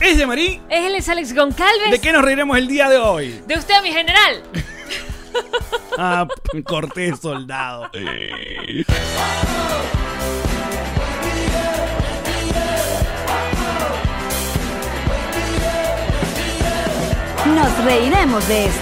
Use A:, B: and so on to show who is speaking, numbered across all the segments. A: es de Marí.
B: Él es Alex Goncalves.
A: ¿De qué nos reiremos el día de hoy?
B: De usted, mi general.
A: Ah, cortés soldado.
C: Nos reiremos de esto.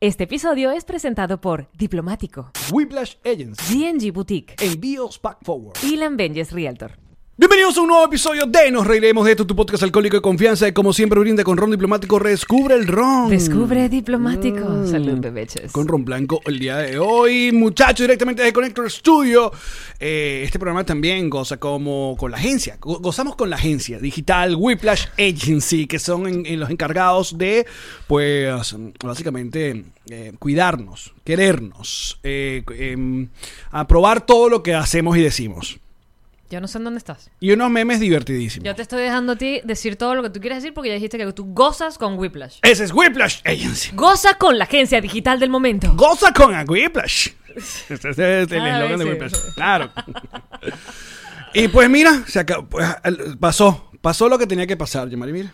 B: Este episodio es presentado por Diplomático,
A: Whiplash Agency.
B: GNG Boutique,
A: Envíos Pack Forward.
B: y Benjes Realtor.
A: Bienvenidos a un nuevo episodio de Nos Reiremos de esto, tu podcast alcohólico de confianza. Y como siempre, brinda con ron diplomático. Redescubre el ron.
C: Mm.
B: Descubre Diplomático. Salud, bebeches.
A: Con Ron Blanco el día de hoy, muchachos, directamente de Connector Studio. Eh, este programa también goza como con la agencia. Go- gozamos con la agencia digital Whiplash Agency, que son en- en los encargados de, pues, básicamente, eh, cuidarnos, querernos, eh, cu- em, aprobar todo lo que hacemos y decimos.
B: Yo no sé en dónde estás.
A: Y unos memes divertidísimos.
B: Yo te estoy dejando a ti decir todo lo que tú quieres decir porque ya dijiste que tú gozas con Whiplash.
A: Ese es Whiplash Agency.
B: Goza con la agencia digital del momento.
A: Goza con a Whiplash. Ese es el
B: Ah,
A: eslogan de
B: ese.
A: Whiplash. Claro. y pues mira, se acabó, pues, al- pasó. Pasó lo que tenía que pasar, Yamari. Mira,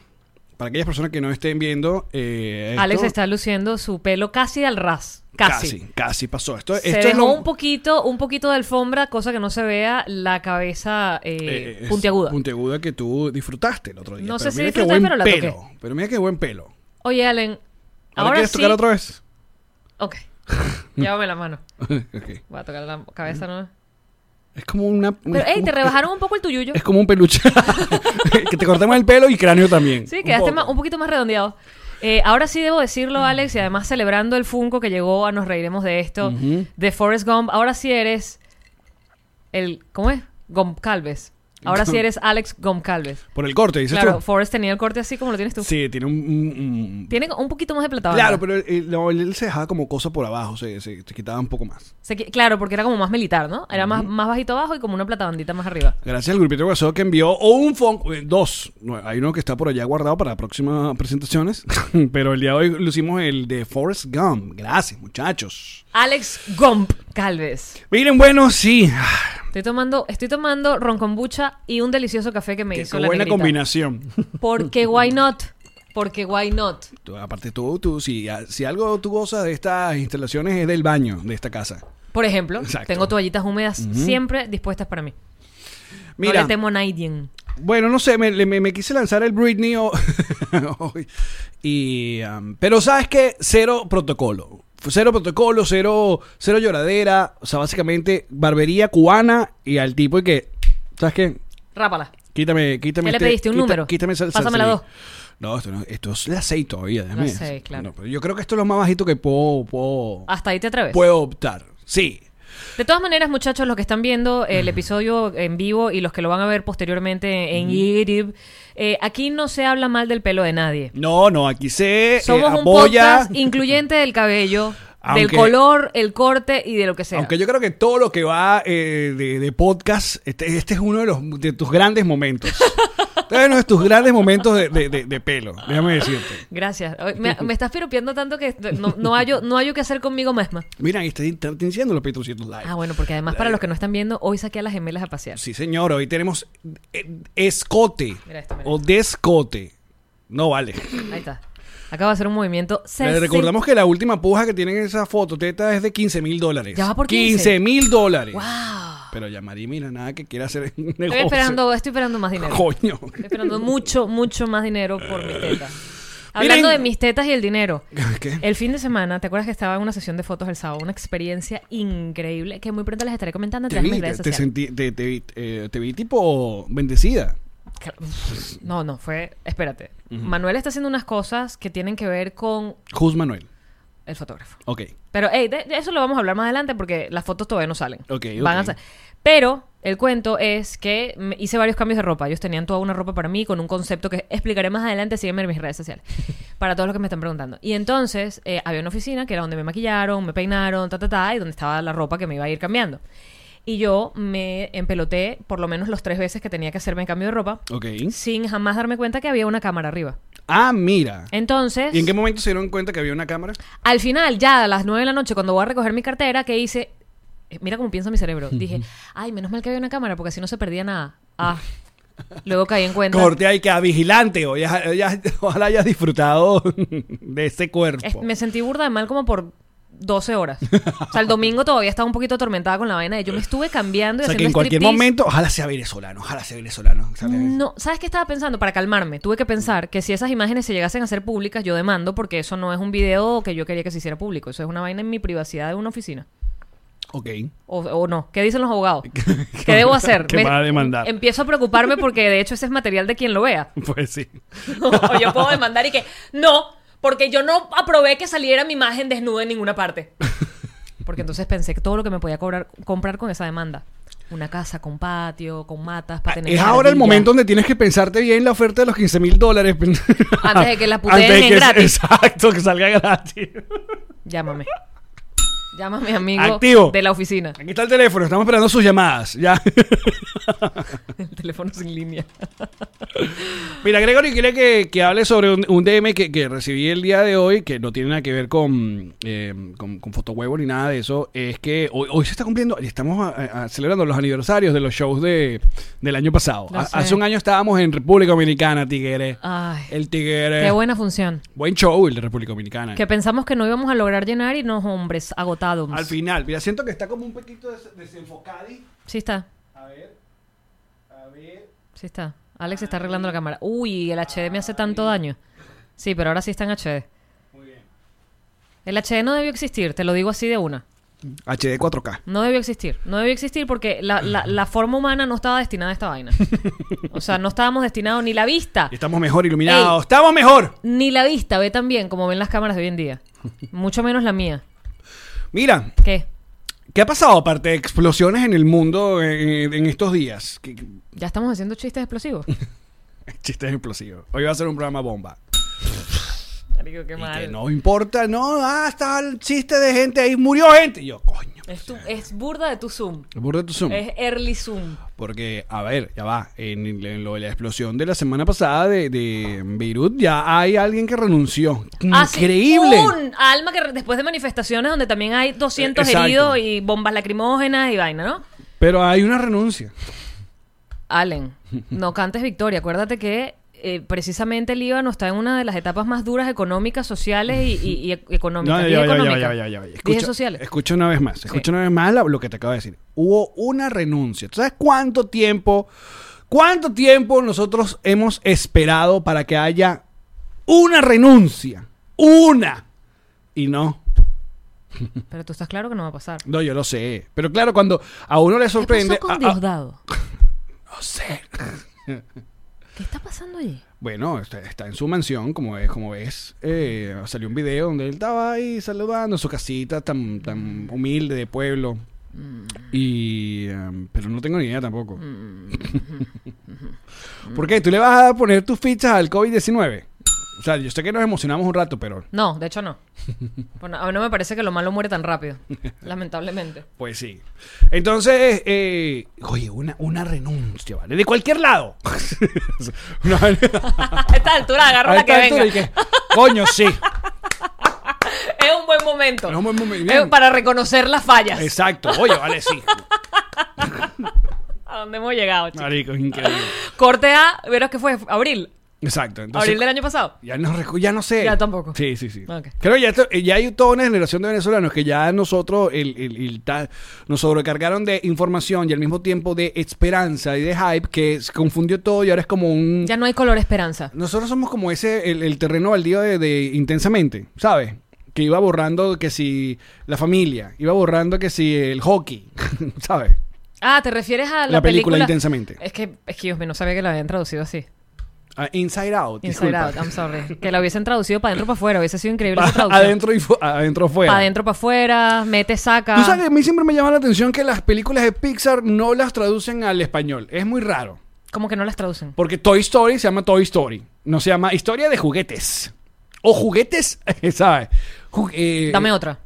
A: para aquellas personas que no estén viendo. eh, esto-
B: Alex está luciendo su pelo casi al ras. Casi.
A: Casi, casi pasó. Esto,
B: Se
A: esto es
B: dejó
A: lo-
B: un poquito, un poquito de alfombra, cosa que no se vea la cabeza eh,
A: eh, es
B: puntiaguda.
A: Puntiaguda que tú disfrutaste el otro día.
B: No
A: Pero
B: sé si
A: mira qué
B: disfruté,
A: buen
B: pero la
A: pelo.
B: toqué.
A: Pero mira qué buen pelo.
B: Oye, Allen,
A: ¿Ahora,
B: ahora
A: quieres
B: sí.
A: tocar otra vez?
B: Ok. Llévame la mano.
A: Ok.
B: Voy a tocar la cabeza, ¿no?
A: Es como una.
B: Pero,
A: es
B: ey, te
A: como-
B: rebajaron un poco el tuyuyo.
A: Es como un peluche. que te cortemos el pelo y cráneo también.
B: Sí,
A: Un
B: quedaste
A: poco. Mm.
B: ma- un poquito más redondeado. Eh, ahora sí debo decirlo, Alex, y además celebrando el Funko que llegó a Nos Reiremos de Esto, de Forrest Gump. Ahora sí eres el... ¿Cómo es? Gomp Calves. Ahora sí eres Alex Gomp Calves.
A: Por el corte, dices
B: Claro,
A: tú.
B: Forrest tenía el corte así como lo tienes tú.
A: Sí, tiene un. un- un-
B: Tiene un poquito más de plata.
A: Claro, pero eh, no, él, se dejaba como cosa por abajo, se, se, se quitaba un poco más.
B: claro, porque era como más militar, ¿no? Era más, más bajito abajo y como una platabandita más arriba.
A: Gracias al grupito de WhatsApp que envió o un funk, eh, dos. Bueno, Hay uno que está por allá guardado para próximas presentaciones, pero el día de hoy lucimos el de Forrest Gump. Gracias, muchachos.
B: Alex Gomp Calves.
A: Miren, bueno, sí. Ah,
B: Estoy tomando, estoy tomando ron kombucha y un delicioso café que me
A: Qué,
B: hizo
A: qué
B: la
A: buena
B: negrita.
A: combinación.
B: Porque why not? Porque why not?
A: Tú, aparte, tú, tú si, si algo tú gozas de estas instalaciones es del baño de esta casa.
B: Por ejemplo,
A: Exacto.
B: tengo toallitas húmedas siempre dispuestas para mí.
A: Mira,
B: No le temo a nadie.
A: Bueno, no sé, me, le- me- me quise lanzar el Britney o- hoy. Y, am, pero sabes que cero protocolo. Cero protocolo, cero, cero lloradera. O sea, básicamente barbería cubana y al tipo y que, ¿sabes qué?
B: Rápala.
A: Quítame, quítame. este-
B: ¿Qué le pediste, un número?
A: Quítame esa- esa-
B: Pásame la
A: sí.
B: dos.
A: No, esto, no, esto es la 6 todavía. déjame
B: La seis,
A: decir.
B: claro. Ah,
A: No, pero yo creo que esto es lo más bajito que puedo, puedo,
B: Hasta ahí te atreves.
A: puedo optar. Sí.
B: De todas maneras, muchachos, los que están viendo el episodio en vivo y los que lo van a ver posteriormente en YouTube, eh, aquí no se habla mal del pelo de nadie.
A: No, no, aquí se eh,
B: Somos un
A: apoya.
B: podcast incluyente del cabello, del
A: Aunque-
B: color, el corte y de lo que sea.
A: Aunque yo creo que todo lo que va eh, de, de podcast, este, este es uno de, los, de tus grandes momentos. Este es uno de tus grandes momentos de, de- de- de pelo, déjame decirte.
B: Gracias. Ay, Me, me estás piropeando tanto que no, no, hallo, no hallo qué hacer conmigo misma.
A: Mira, ahí está está diciendo los Petrocitos Live.
B: Ah, bueno, porque además para los que no están viendo, hoy saqué a las gemelas a pasear.
A: Sí, señor, hoy tenemos eh, escote
B: Mira esto, mira
A: o descote. No vale.
B: Ahí está. Acabo de hacer un movimiento sexy.
A: Le recordamos que la última puja que tienen en esa foto, teta, es de 15 mil dólares.
B: Ya va por 15.
A: 15 mil dólares.
B: ¡Wow!
A: Pero ya, María, mira, nada que quiera hacer un negocio.
B: Estoy esperando, estoy esperando más dinero. Estoy
A: Coño.
B: esperando mucho, mucho más dinero por mis tetas. Hablando de mis tetas y el dinero.
A: ¿Qué?
B: El fin de semana, ¿te acuerdas que estaba en una sesión de fotos el sábado? Una experiencia increíble que muy pronto les estaré comentando a
A: Te
B: través de
A: vi,
B: mis
A: te,
B: redes
A: te
B: sociales.
A: sentí, te, te vi, eh, te vi tipo bendecida.
B: No, no, fue... Espérate. Manuel está haciendo unas cosas que tienen que ver con
A: Jus Manuel.
B: el fotógrafo.
A: Ok.
B: Pero hey, de, de eso lo vamos a hablar más adelante porque las fotos todavía no salen.
A: Ok,
B: Van a
A: ok.
B: sa- Pero el cuento es que me- hice varios cambios de ropa. Ellos tenían toda una ropa para mí con un concepto que explicaré más adelante. Sígueme en mis redes sociales. para todos los que me están preguntando. Y entonces eh, había una oficina que era donde me maquillaron, me peinaron, ta, ta, ta, y donde estaba la ropa que me iba a ir cambiando. Y yo me empeloté por lo menos los tres veces que tenía que hacerme el cambio de ropa
A: Ok.
B: sin jamás darme cuenta que había una cámara arriba.
A: Ah, mira.
B: Entonces...
A: ¿Y en qué momento se dieron cuenta que había una cámara?
B: Al final, ya a las 9 de la noche, cuando voy a recoger mi cartera, que hice, Eh, mira cómo piensa mi cerebro. Dije, ay, menos mal que había una cámara, porque así no se perdía nada. Ah, Luego caí en cuenta.
A: Corte ahí que a vigilante. o ya- ya- ojalá hayas disfrutado de ese cuerpo.
B: Es- me sentí burda de mal como por 12 horas. O sea, el domingo todavía estaba un poquito atormentada con la vaina de yo me estuve cambiando y
A: o sea, que
B: haciendo
A: en cualquier
B: striptease.
A: momento, ojalá sea venezolano, ojalá sea venezolano. ¿sabes?
B: No, ¿sabes qué estaba pensando? Para calmarme, tuve que pensar que si esas imágenes se llegasen a hacer públicas, yo demando porque eso no es un video que yo quería que se hiciera público. Eso es una vaina en mi privacidad de una oficina.
A: Ok.
B: O, o no. ¿Qué dicen los abogados? ¿Qué debo hacer? em-
A: Que va a demandar.
B: Empiezo a preocuparme porque de hecho ese es material de quien lo vea.
A: Pues sí.
B: o yo puedo demandar y que no, porque yo no aprobé que saliera mi imagen desnuda en ninguna parte. Porque entonces pensé que todo lo que me podía cobrar, comprar con esa demanda. Una casa con patio, con matas para tener
A: Ah, Es ahora el
B: jardín,
A: momento
B: ya.
A: donde tienes que pensarte bien la oferta de los 15 mil dólares. Antes
B: de que la puteen en gratis.
A: Exacto, que salga gratis.
B: Llámame. Llámame, amigo
A: Activo.
B: de la oficina.
A: Aquí está el teléfono, estamos esperando sus llamadas. Ya.
B: El teléfono sin línea.
A: Mira, Gregory quiere que, que hable sobre un, un DM que, que recibí el día de hoy, que no tiene nada que ver con, eh, con, con fotohuevo ni nada de eso. Es que hoy, hoy se está cumpliendo, estamos a- a- celebrando los aniversarios de los shows de, del año pasado.
B: Lo
A: Ha-
B: sé.
A: hace un año estábamos en República Dominicana, Tigre.
B: Ay,
A: El Tigre.
B: qué buena función.
A: Buen show el de República Dominicana.
B: Que pensamos que no íbamos a lograr llenar y nos, hombres, agotados.
A: Al final, mira, siento que está como un poquito des- desenfocado. y-
B: Sí está,
A: A ver, a ver.
B: sí está. Alex
A: Ah,
B: está arreglando la cámara. Uy, el HD me hace tanto daño. Sí, pero ahora sí está en HD.
A: Muy bien.
B: El HD no debió existir, te lo digo así de una.
A: HD 4K.
B: No debió existir. No debió existir porque la, la- la forma humana no estaba destinada a esta vaina. O sea, no estábamos destinados ni la vista.
A: Estamos mejor iluminados. Estamos mejor.
B: Ni la vista ve tan bien como ven las cámaras de hoy en día. Mucho menos la mía.
A: Mira,
B: ¿Qué?
A: ¿qué ha pasado aparte de explosiones en el mundo eh, en, en estos días? ¿Qué- qué-
B: ¿Ya estamos haciendo chistes explosivos?
A: Chistes explosivos. Hoy va a ser un programa bomba.
B: Marico, qué
A: Y que
B: mal.
A: no importa, no, ah, está el chiste de gente ahí, murió gente. Y yo, coño.
B: Es, tu- es burda de tu Zoom.
A: Borra tu Zoom.
B: Es early Zoom.
A: Porque, a ver, ya va. En, en lo de la explosión de la semana pasada de, de Beirut, ya hay alguien que renunció.
B: Así,
A: Increíble.
B: Ah, un alma que re- después de manifestaciones donde también hay 200
A: Eh, exacto.
B: heridos y bombas lacrimógenas y vaina, ¿no?
A: Pero hay una renuncia.
B: Allen, no cantes victoria. Acuérdate que eh, precisamente el Líbano está en una de las etapas más duras económicas, sociales y, y- y e- económicas.
A: No,
B: Dije
A: ya, ya, ya,
B: económica.
A: ya, ya, ya, ya.
B: Dije
A: Escucha-
B: sociales.
A: Escucha una vez más. Escucha una vez más la- lo que te acabo de decir. Hubo una renuncia. ¿Tú sabes cuánto tiempo, cuánto tiempo nosotros hemos esperado para que haya una renuncia? Una. Y no.
B: Pero tú estás claro que no va a pasar.
A: No, yo lo sé. Pero claro, cuando a uno le
B: ¿Qué
A: sorprende. ah,
B: pasó con
A: a- a-
B: Diosdado?
A: no sé.
B: ¿Qué está pasando allí?
A: Bueno, está, está en su mansión, como es, como ves. Eh, salió un video donde él estaba ahí saludando en su casita tan, tan humilde de pueblo.
B: Mm.
A: Y em, pero no tengo ni idea tampoco.
B: Mm.
A: ¿Por qué? ¿Tú le vas a poner tus fichas al COVID-19? O sea, yo sé que nos emocionamos un rato, pero
B: No, de hecho no. Bueno, a mí no me parece que lo malo muere tan rápido, lamentablemente.
A: pues sí. Entonces, eh, oye, una, una renuncia, ¿vale? De cualquier lado. Una-
B: A esta altura agarro
A: a
B: la
A: esta
B: que
A: altura
B: venga.
A: y que, Coño, sí.
B: Es un buen momento.
A: Es un buen momento.
B: Eh, para reconocer las fallas.
A: Exacto. Oye, vale, sí.
B: A dónde hemos llegado, chicos.
A: Marico, es increíble.
B: Corte A, verás que fue abril.
A: Exacto.
B: abril
A: Entonces,
B: del año pasado.
A: ya no, recu- ya no sé.
B: Ya tampoco.
A: Sí, sí, sí.
B: Ok.
A: Creo que ya, esto- eh, ya hay toda una generación de venezolanos que ya nosotros el, el- el ta- nos sobrecargaron de información y al mismo tiempo de esperanza y de hype que se confundió todo y ahora es como un...
B: Ya no hay color esperanza.
A: Nosotros somos como ese, el, el terreno baldío de, de intensamente, ¿sabes? Que iba borrando que si la familia, iba borrando que si el hockey, ¿sabes?
B: Ah, ¿te refieres a la,
A: La película Intensamente.
B: Es que, es que Dios mío, no sabía que la habían traducido así.
A: Ah, Inside Out.
B: Inside
A: disculpa.
B: Out, I'm sorry. Que la hubiesen traducido para adentro para afuera. Hubiese sido increíble esa traducción.
A: adentro y fu- adentro fuera.
B: Para adentro para afuera, mete, saca.
A: Tú sabes que a mí siempre me llama la atención que las películas de Pixar no las traducen al español. Es muy raro.
B: Como que no las traducen.
A: Porque Toy Story se llama Toy Story. No se llama historia de juguetes. O juguetes, ¿sabes? Ju- eh,
B: Dame otra.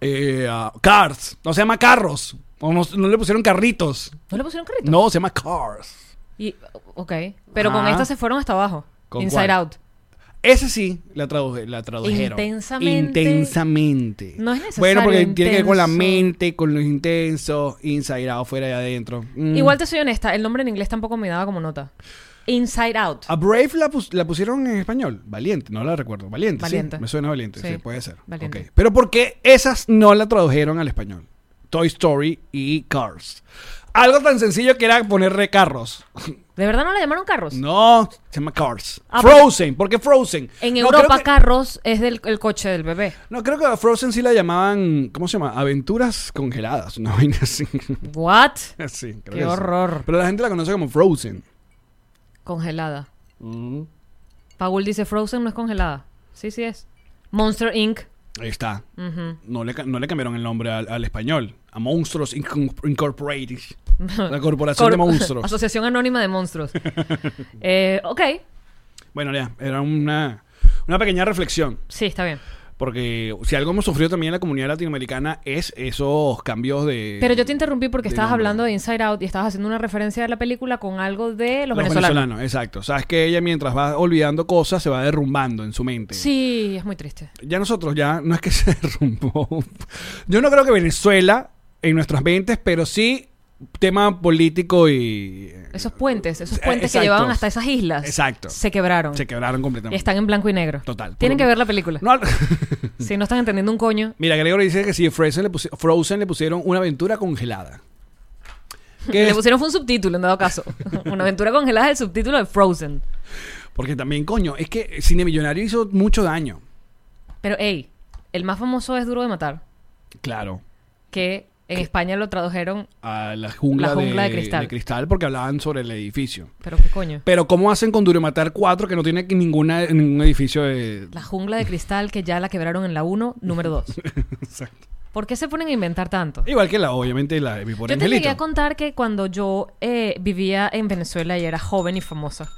A: eh, ah, cars. No se llama carros. O no, no le pusieron carritos.
B: ¿No le pusieron carrito?
A: No, se llama cars.
B: Y, ok. Pero con
A: Ah.
B: esta se fueron hasta abajo.
A: ¿Con
B: Inside
A: cuál?
B: Out.
A: Esa sí la, tradu- la tradujeron.
B: Intensamente.
A: Intensamente.
B: No es necesario,
A: Bueno, porque tiene que ver con la
B: intenso.
A: mente, con los intensos, inside out, fuera y adentro. Mm.
B: Igual te soy honesta, el nombre en inglés tampoco me daba como nota. Inside Out.
A: A Brave la, pus- la pusieron en español. Valiente, no la recuerdo. Valiente. sí.
B: Valiente.
A: Me suena valiente. Sí,
B: Sí,
A: puede ser.
B: Valiente.
A: Ok. Pero ¿por qué esas no la tradujeron al español? Toy Story y Cars. Algo tan sencillo que era ponerle carros.
B: ¿De verdad no le llamaron carros?
A: No, se llama Cars.
B: Ah,
A: Frozen. ¿Por qué Frozen?
B: En
A: No,
B: Europa,
A: creo que-
B: carros es del el coche del bebé.
A: No, creo que a Frozen sí la llamaban, ¿cómo se llama? Aventuras congeladas, una vaina así.
B: ¿What?
A: Sí, creo
B: Qué
A: que sí.
B: horror.
A: Pero la gente la conoce como Frozen.
B: Congelada.
A: Mm.
B: Paul dice: Frozen no es congelada. Sí, sí es. Monster Inc.
A: Ahí está.
B: Ujú.
A: No le, ca- no le cambiaron el nombre al, al español. A Monstruos Inc- Incorporated. La corporación de
B: Cor-
A: monstruos.
B: Asociación Anónima de Monstruos. Eh, ok,
A: bueno, ya, era una, una pequeña reflexión.
B: sí, está bien.
A: Porque si algo hemos sufrido también en la comunidad latinoamericana es esos cambios de.
B: Pero yo te interrumpí porque
A: de
B: estabas
A: nombre.
B: hablando de Inside Out y estabas haciendo una referencia de la película con algo de los,
A: Los
B: venezolanos.
A: venezolanos, exacto. Sabes que ella mientras va olvidando cosas se va derrumbando en su mente.
B: Sí, es muy triste.
A: Ya nosotros ya, no es que se derrumbó. Yo no creo que Venezuela en nuestras mentes, pero sí tema político y...
B: Esos puentes, esos
A: Eh,
B: puentes
A: exacto.
B: que llevaban hasta esas islas.
A: Exacto.
B: Se quebraron.
A: Se quebraron completamente.
B: Están en blanco y negro.
A: Total.
B: Tienen
A: Por-
B: que ver la película.
A: No,
B: Si no están entendiendo un coño.
A: mira, Gregory dice que si Frozen le, pusi- Frozen le pusieron una aventura congelada. Que
B: Le
A: es-
B: pusieron fue un subtítulo en dado caso. Una aventura congelada es el subtítulo de Frozen.
A: Porque también, coño, es que Cine Millonario hizo mucho daño.
B: Pero, hey, el más famoso es Duro de Matar,
A: Claro.
B: que en España lo tradujeron,
A: A la jungla,
B: La jungla
A: de,
B: de cristal.
A: de cristal porque hablaban sobre el edificio.
B: pero qué coño.
A: Pero ¿cómo hacen con Duro de Matar 4 que no tiene que ninguna, ningún edificio de...
B: La jungla de cristal que ya la quebraron en la 1, número 2.
A: Exacto.
B: ¿Por qué se ponen a inventar tanto?
A: Igual que la, obviamente, la de Mi Pobre
B: Yo te llegué
A: Angelito.
B: a contar que cuando yo eh, vivía en Venezuela y era joven y famosa,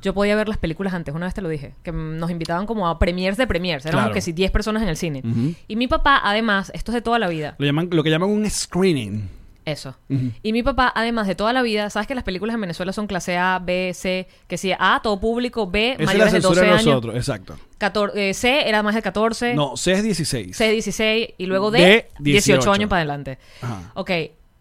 B: yo podía ver las películas antes, una vez te lo dije, que m- nos invitaban como a premiers de premiers, éramos
A: Claro.
B: que si 10 personas en el cine. Y mi papá, además, esto es de toda la vida,
A: Lo, llaman, lo que llaman un screening.
B: eso. Y mi papá, además de toda la vida, sabes que las películas en Venezuela son clase A, B, C, que si A, todo público, B,
A: Esa es la
B: mayores de
A: censura
B: 12
A: de
B: años,
A: nosotros, exacto.
B: 14, eh, C era más de 14,
A: No, C es 16.
B: C 16 y luego D,
A: De
B: 18.
A: 18
B: años para adelante.
A: Ajá.
B: Ok,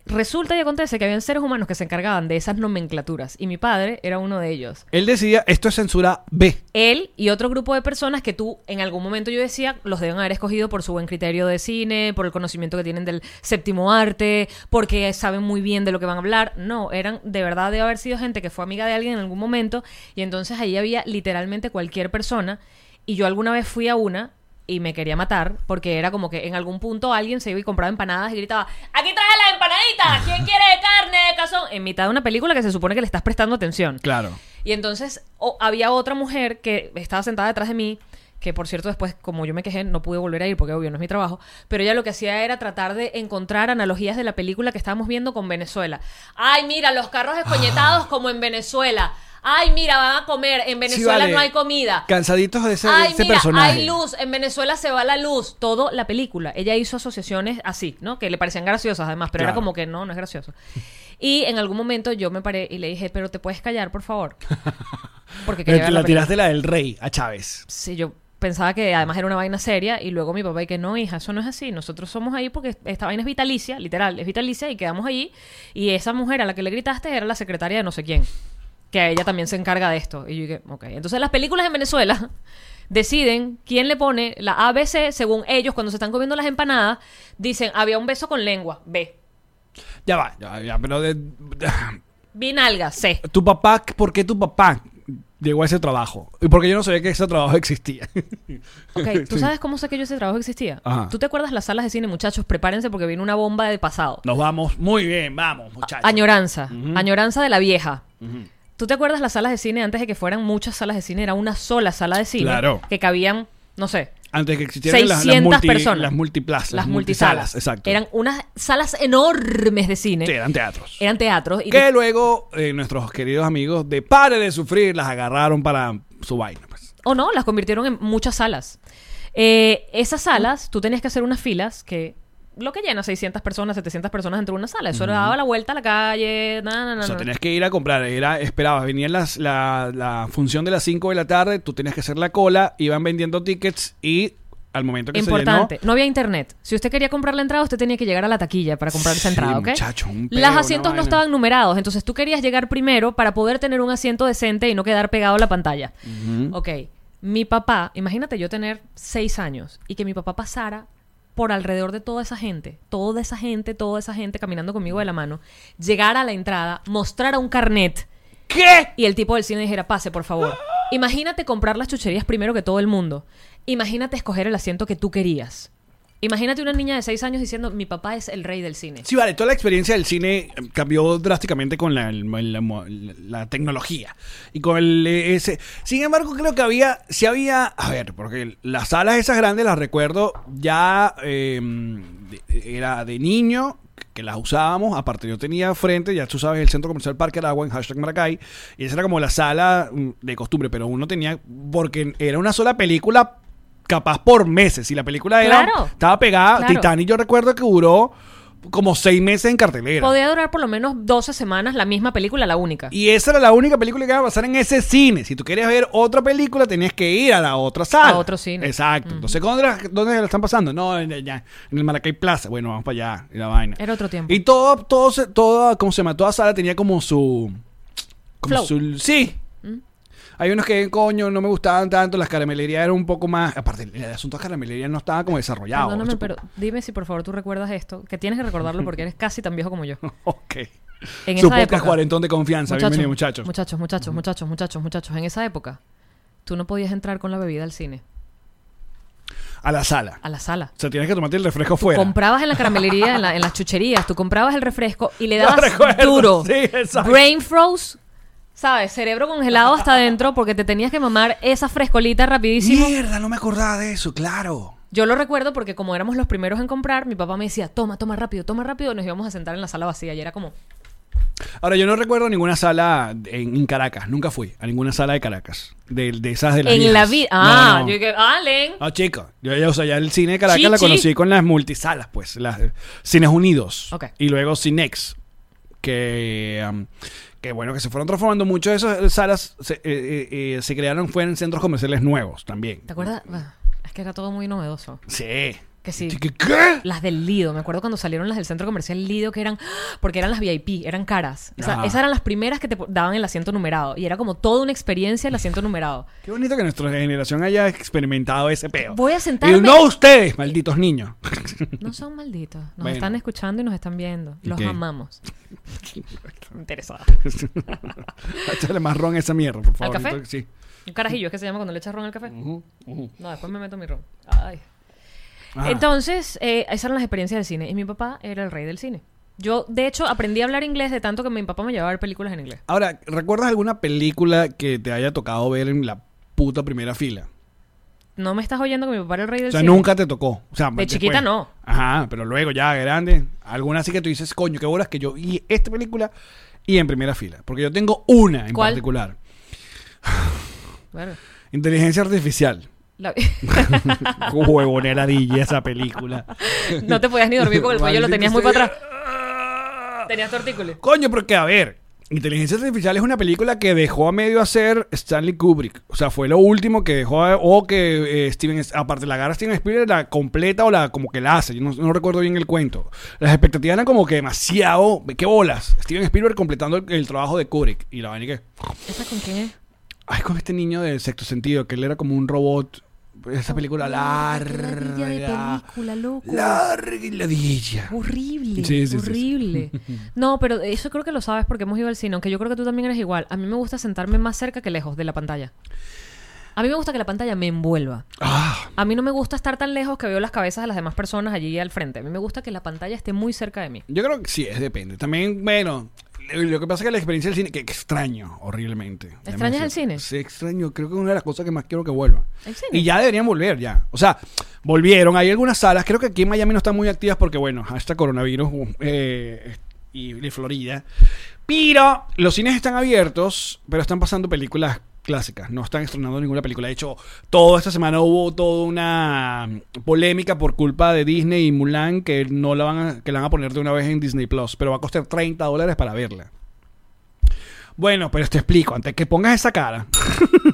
B: resulta y acontece que habían seres humanos que se encargaban de esas nomenclaturas y mi padre era uno de ellos.
A: Él decía, esto es censura B.
B: Él y otro grupo de personas que tú en algún momento yo decía los deben haber escogido por su buen criterio de cine, por el conocimiento que tienen del séptimo arte, porque saben muy bien de lo que van a hablar. No, eran de verdad de haber sido gente que fue amiga de alguien en algún momento y entonces ahí había literalmente cualquier persona y yo alguna vez fui a una y me quería matar porque era como que en algún punto alguien se iba y compraba empanadas y gritaba aquí traje las empanaditas quién quiere de carne de cazón en mitad de una película que se supone que le estás prestando atención
A: Claro.
B: y entonces o- había otra mujer que estaba sentada detrás de mí, que por cierto después, como yo me quejé, no pude volver a ir porque obvio no es mi trabajo, pero ella lo que hacía era tratar de encontrar analogías de la película que estábamos viendo con Venezuela. Ay, mira, los
A: Ah.
B: carros escoñetados como en Venezuela. Ay, mira, van a comer. En Venezuela
A: Sí, vale.
B: no hay comida.
A: Cansaditos de ese,
B: Ay,
A: ese
B: mira,
A: personaje.
B: hay luz, en Venezuela se va la luz. Todo la película. Ella hizo asociaciones así, ¿no? Que le parecían graciosas además, pero
A: Claro.
B: era como que no, no es gracioso. Y en algún momento yo me paré y le dije, pero te puedes callar, por favor. Porque quería
A: La,
B: ver la película.
A: tiraste la del rey a Chávez.
B: Sí, yo pensaba que además era una vaina seria y luego mi papá y que no, hija, eso no es así. Nosotros somos ahí porque esta vaina es vitalicia, literal, es vitalicia y quedamos allí. Y esa mujer a la que le gritaste era la secretaria de no sé quién, que a ella también se encarga de esto. Y yo dije, ok. Entonces las películas en Venezuela deciden quién le pone la ABC según ellos cuando se están comiendo las empanadas, dicen, había un beso con lengua, B.
A: Ya va, ya, ya, pero de-
B: Binalga, C.
A: tu papá, ¿por qué tu papá llegó a ese trabajo? Y Porque yo no sabía que ese trabajo existía.
B: Ok, ¿tú
A: Sí.
B: sabes cómo sé que yo ese trabajo existía?
A: Ajá.
B: ¿Tú te acuerdas las salas de cine, muchachos? Prepárense porque viene una bomba de pasado.
A: Nos vamos muy bien, vamos, muchachos.
B: Añoranza. Añoranza de la vieja. ¿Tú te acuerdas las salas de cine antes de que fueran muchas salas de cine? Era una sola sala de cine.
A: Claro.
B: Que cabían, no sé,
A: Antes que existieran las,
B: 600
A: las, multi-
B: personas.
A: las multiplazas.
B: Las multisalas.
A: Exacto.
B: Eran unas salas enormes de cine.
A: Sí, eran teatros.
B: Eran teatros. Y
A: que luego eh, nuestros queridos amigos de Pare de Sufrir las agarraron para su vaina. Pues.
B: O no, las convirtieron en muchas salas. Eh, esas salas, tú tenías que hacer unas filas que lo que llena 600 personas, 700 personas dentro de una sala. Eso le daba la vuelta a la calle, nada, nada,
A: O sea,
B: nada.
A: tenías que ir a comprar, era, esperabas, venía las- la, la función de las 5 de la tarde, tú tenías que hacer la cola, iban vendiendo tickets y al momento que
B: Importante,
A: se llenó...
B: no había internet. Si usted quería comprar la entrada, usted tenía que llegar a la taquilla para comprar
A: Sí,
B: esa entrada, ¿ok?
A: muchacho, un peo,
B: Los
A: una
B: asientos no
A: vaina.
B: estaban numerados, entonces tú querías llegar primero para poder tener un asiento decente y no quedar pegado a la pantalla. Ok, mi papá, imagínate yo tener seis años y que mi papá pasara por alrededor de toda esa gente, toda esa gente, toda esa gente caminando conmigo de la mano, llegara a la entrada, mostrara un carnet
A: ¿Qué?
B: y el tipo del cine dijera, pase, por favor. Imagínate comprar las chucherías primero que todo el mundo. Imagínate escoger el asiento que tú querías. Imagínate una niña de seis años diciendo, mi papá es el rey del cine.
A: Sí, vale, toda la experiencia del cine eh, cambió drásticamente con la, el- la- la tecnología y con el eh, ese. Sin embargo, creo que había, sí había, a ver, porque las salas esas grandes las recuerdo ya eh, de- era de niño que las usábamos, aparte yo tenía frente, ya tú sabes, el Centro Comercial Parque Aragua en hashtag Maracay, y esa era como la sala mm, de costumbre, pero uno tenía, porque era una sola película capaz por meses, y la película era,
B: Claro.
A: estaba pegada,
B: Claro.
A: Titanic yo recuerdo que duró como seis meses en cartelera.
B: Podía durar por lo menos 12 semanas la misma película, la única.
A: Y esa era la única película que iba a pasar en ese cine. Si tú querías ver otra película, tenías que ir a la otra sala.
B: A otro cine.
A: Exacto. Entonces, ¿dónde, la- dónde la están pasando? No, en, allá, en el Maracay Plaza. Bueno, vamos para allá. Y la vaina.
B: Era otro tiempo.
A: Y todo, todo, se- toda, ¿cómo se llama? Toda sala tenía como su... Como
B: Flow.
A: su sí. Hay unos que, coño, no me gustaban tanto. Las caramelerías eran un poco más... Aparte, el asunto de las caramelerías no estaba como desarrollado.
B: Perdóname,
A: Eso-
B: pero dime si por favor tú recuerdas esto, que tienes que recordarlo porque eres casi tan viejo como yo.
A: Ok.
B: En
A: Su
B: esa
A: podcast
B: época,
A: cuarentón de confianza.
B: muchachos,
A: Bienvenido, muchachos.
B: Muchachos, muchachos, muchachos, muchachos, muchachos. En esa época, tú no podías entrar con la bebida al cine,
A: A la sala.
B: a la sala.
A: O sea, tienes que tomarte el refresco fuera.
B: Comprabas en la caramelería, en, la- en las chucherías, tú comprabas el refresco y le
A: Lo
B: dabas
A: recuerdo,
B: duro.
A: sí, exacto.
B: Brain froze, ¿sabes? Cerebro congelado hasta adentro porque te tenías que mamar esa frescolita rapidísimo.
A: Mierda, no me acordaba de eso, claro.
B: Yo lo recuerdo porque como éramos los primeros en comprar, mi papá me decía, toma, toma rápido, toma rápido, nos íbamos a sentar en la sala vacía y era como,
A: Ahora, yo no recuerdo ninguna sala en, en Caracas. Nunca fui a ninguna sala de Caracas. De, de esas de las
B: en
A: viejas.
B: la vida,
A: No,
B: ah,
A: no. Ah.
B: yo dije, Allen,
A: No, chico. Yo, yo, o sea, ya el cine de Caracas
B: Sí,
A: la
B: sí.
A: conocí con las multisalas, pues. Las eh, Cines Unidos.
B: Ok.
A: Y luego Cinex. Que, am, que bueno, que se fueron transformando. Muchas de esas eh, salas se, eh, eh, eh, se crearon, fueron centros comerciales nuevos también.
B: ¿te acuerdas? Ah, Es que era todo muy novedoso.
A: Sí.
B: Que sí.
A: Chico, ¿Qué?
B: Las del Lido, me acuerdo cuando salieron las del centro comercial Lido, que eran, porque eran las VIP, eran caras. O sea,
A: Ajá.
B: esas eran las primeras que te po- daban el asiento numerado. Y era como toda una experiencia el asiento numerado.
A: Qué bonito que nuestra generación haya experimentado ese peo.
B: Voy a sentarme-
A: Y no ustedes, malditos niños.
B: No son malditos. Nos
A: Bueno.
B: están escuchando y nos están viendo. Los
A: Ok.
B: amamos. Interesada.
A: Échale más ron a esa mierda, por favor.
B: ¿Al café?
A: Entonces, sí.
B: Un carajillo es que se llama cuando le echas ron al café. No, después me meto mi ron. Ay.
A: Ajá.
B: Entonces, eh, esas eran las experiencias del cine. Y mi papá era el rey del cine. Yo, de hecho, aprendí a hablar inglés de tanto que mi papá me llevaba a ver películas en inglés.
A: Ahora, ¿recuerdas alguna película que te haya tocado ver en la puta primera fila?
B: No me estás oyendo que mi papá era el rey del
A: O sea,
B: cine.
A: nunca te tocó. O sea, después.
B: chiquita no.
A: Ajá, pero luego ya grande. Alguna sí que tú dices, coño, qué bolas que yo vi esta película y en primera fila. Porque yo tengo una en
B: ¿Cuál?
A: particular.
B: Bueno,
A: Inteligencia artificial.
B: la-
A: Huevonera DJ esa película.
B: no te podías ni dormir porque el cuello lo
A: Maldito
B: tenías muy
A: sea.
B: para atrás. Tenías tu artículo.
A: Coño, porque a ver, Inteligencia Artificial es una película que dejó a medio hacer Stanley Kubrick. O sea, fue lo último que dejó, a- o que eh, Steven, aparte la gara Steven Spielberg la completa o la como que la hace. Yo no, no recuerdo bien el cuento. Las expectativas eran como que demasiado, qué bolas. Steven Spielberg completando el, el trabajo de Kubrick. Y la vaina que,
B: ¿Esa con quién es?
A: ay, con este niño del sexto sentido, que él era como un robot. Esa película
B: Ah, Maravilla de
A: larga.
B: película, loco.
A: Larga y ladilla.
B: Horrible,
A: Sí, sí, sí, sí.
B: horrible. No, pero eso creo que lo sabes porque hemos ido al cine, aunque yo creo que tú también eres igual. A mí me gusta sentarme más cerca que lejos de la pantalla. A mí me gusta que la pantalla me envuelva.
A: Ah,
B: A mí no me gusta estar tan lejos que veo las cabezas de las demás personas allí al frente. A mí me gusta que la pantalla esté muy cerca de mí.
A: Yo creo que sí, es depende. También, bueno, lo- lo que pasa es que la experiencia del cine, que, que extraño horriblemente.
B: ¿Extrañas el cine?
A: Sí, extraño. Creo que es una de las cosas que más quiero que vuelva.
B: ¿El cine?
A: Y ya deberían volver, ya. O sea, volvieron. Hay algunas salas, creo que aquí en Miami no están muy activas porque, bueno, hasta coronavirus eh, y, y Florida. Pero los cines están abiertos, pero están pasando películas clásicas. No están estrenando ninguna película. De hecho, toda esta semana hubo toda una mm, polémica por culpa de Disney y Mulan que no la van a, que la van a poner de una vez en Disney Plus, pero va a costar 30 dólares para verla. Bueno, pero te explico, antes que pongas esa cara.